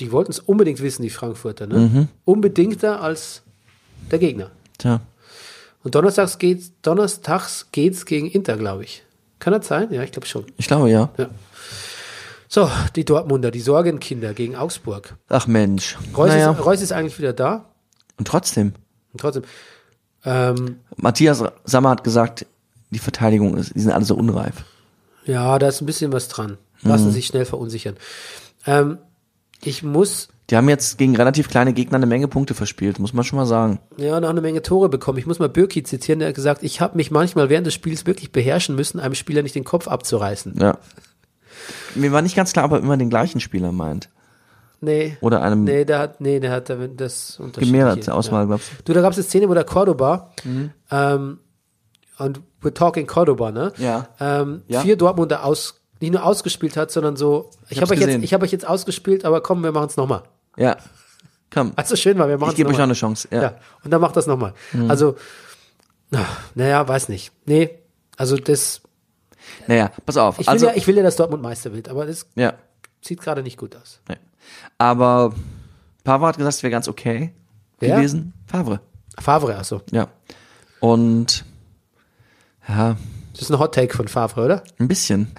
[SPEAKER 1] die wollten es unbedingt wissen, die Frankfurter. Ne?
[SPEAKER 2] Mhm.
[SPEAKER 1] Unbedingter als der Gegner.
[SPEAKER 2] Tja.
[SPEAKER 1] Und donnerstags geht's, donnerstags geht's gegen Inter, glaube ich. Kann das sein? Ja, ich glaube schon.
[SPEAKER 2] Ich glaube ja.
[SPEAKER 1] So, die Dortmunder, die Sorgenkinder gegen Augsburg.
[SPEAKER 2] Ach Mensch.
[SPEAKER 1] Reus,
[SPEAKER 2] Naja.
[SPEAKER 1] ist, Reus ist eigentlich wieder da.
[SPEAKER 2] Und trotzdem.
[SPEAKER 1] Und trotzdem. Ähm,
[SPEAKER 2] Matthias Sammer hat gesagt, die Verteidigung ist, die sind alle so unreif.
[SPEAKER 1] ja, da ist ein bisschen was dran. Lassen
[SPEAKER 2] Mhm.
[SPEAKER 1] sich schnell verunsichern. Ähm, ich muss
[SPEAKER 2] Die haben jetzt gegen relativ kleine Gegner eine Menge Punkte verspielt, muss man schon mal sagen.
[SPEAKER 1] ja noch eine Menge Tore bekommen. Ich muss mal Birki zitieren, der hat gesagt, ich habe mich manchmal während des Spiels wirklich beherrschen müssen, einem Spieler nicht den Kopf abzureißen.
[SPEAKER 2] Ja. Mir war nicht ganz klar, ob er immer den gleichen Spieler meint.
[SPEAKER 1] Nee.
[SPEAKER 2] Oder einem
[SPEAKER 1] Nee, der hat, nee, der hat damit das unterschiedliche-
[SPEAKER 2] gemehrte Auswahl, Mhm.
[SPEAKER 1] Ja.
[SPEAKER 2] glaubst
[SPEAKER 1] Du,
[SPEAKER 2] du?
[SPEAKER 1] da gab es eine Szene, wo der Cordoba ähm, und we're talking Cordoba, ne?
[SPEAKER 2] Ja.
[SPEAKER 1] Ähm,
[SPEAKER 2] Ja.
[SPEAKER 1] Vier Dortmunder aus, nicht nur ausgespielt hat, sondern so, ich
[SPEAKER 2] hab's
[SPEAKER 1] habe euch, jetzt-
[SPEAKER 2] gesehen.
[SPEAKER 1] ich hab euch jetzt ausgespielt, aber komm, wir machen es nochmal.
[SPEAKER 2] Ja. Komm,
[SPEAKER 1] Also schön war, wir machen
[SPEAKER 2] ich gebe euch noch
[SPEAKER 1] nochmal.
[SPEAKER 2] eine Chance. Ja.
[SPEAKER 1] Ja, und dann macht das nochmal. Also, na, naja, weiß nicht. Nee, also das,
[SPEAKER 2] Naja, pass auf.
[SPEAKER 1] ich will,
[SPEAKER 2] also,
[SPEAKER 1] ja, ich will ja, dass Dortmund Meister wird, aber das
[SPEAKER 2] ja.
[SPEAKER 1] sieht gerade nicht gut aus.
[SPEAKER 2] Nee. Aber Pavre hat gesagt, es wäre ganz okay
[SPEAKER 1] Wer?
[SPEAKER 2] gewesen. Favre.
[SPEAKER 1] Favre, also.
[SPEAKER 2] Ja. Und ja,
[SPEAKER 1] Das ist ein Hot Take von Favre, oder?
[SPEAKER 2] ein bisschen.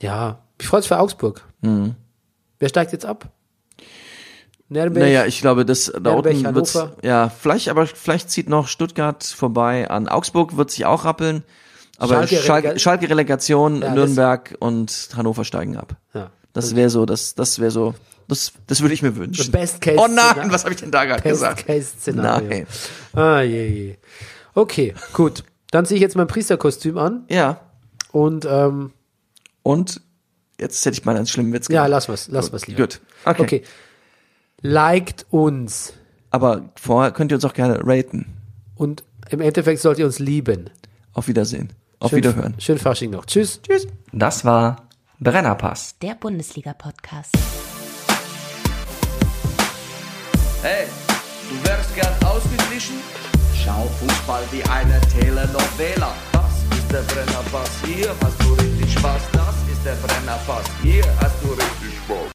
[SPEAKER 1] Ja. Ich freue mich für Augsburg. Wer steigt jetzt ab? Nürnberg.
[SPEAKER 2] Naja, ich glaube, das da
[SPEAKER 1] Nürnberg,
[SPEAKER 2] unten wird's,
[SPEAKER 1] Hannover.
[SPEAKER 2] ja, vielleicht, aber vielleicht zieht noch Stuttgart vorbei an. Augsburg wird sich auch rappeln. Aber
[SPEAKER 1] Schalke
[SPEAKER 2] Schalke,
[SPEAKER 1] Relega-
[SPEAKER 2] Schalke, Relegation,
[SPEAKER 1] das-
[SPEAKER 2] Nürnberg und Hannover steigen ab.
[SPEAKER 1] Ja.
[SPEAKER 2] Das wäre so, das, das wäre so, das, das würde ich mir wünschen.
[SPEAKER 1] The best case
[SPEAKER 2] oh nein,
[SPEAKER 1] scenario.
[SPEAKER 2] was habe ich denn da gerade gesagt?
[SPEAKER 1] Best-Case-Szenario.
[SPEAKER 2] Nein.
[SPEAKER 1] Ah, je, je. Okay, gut. Dann ziehe ich jetzt mein Priesterkostüm an
[SPEAKER 2] Ja.
[SPEAKER 1] und ähm,
[SPEAKER 2] Und jetzt hätte ich mal einen schlimmen Witz
[SPEAKER 1] ja,
[SPEAKER 2] gemacht.
[SPEAKER 1] lass was, lass was lieber.
[SPEAKER 2] Gut. Okay.
[SPEAKER 1] okay. Liked uns.
[SPEAKER 2] Aber vorher könnt ihr uns auch gerne raten.
[SPEAKER 1] Und im Endeffekt sollt ihr uns lieben.
[SPEAKER 2] Auf Wiedersehen. Auf
[SPEAKER 1] Schön-
[SPEAKER 2] Wiederhören.
[SPEAKER 1] Schönen Fasching noch. Tschüss.
[SPEAKER 3] Das war Brennerpass.
[SPEAKER 4] Der Bundesliga-Podcast.
[SPEAKER 5] Hey, du wärst gern ausgeglichen? Schau Fußball wie eine Telenovela. Das ist der Brennerpass, hier hast du richtig Spaß. Das ist der Brennerpass, hier hast du richtig Spaß.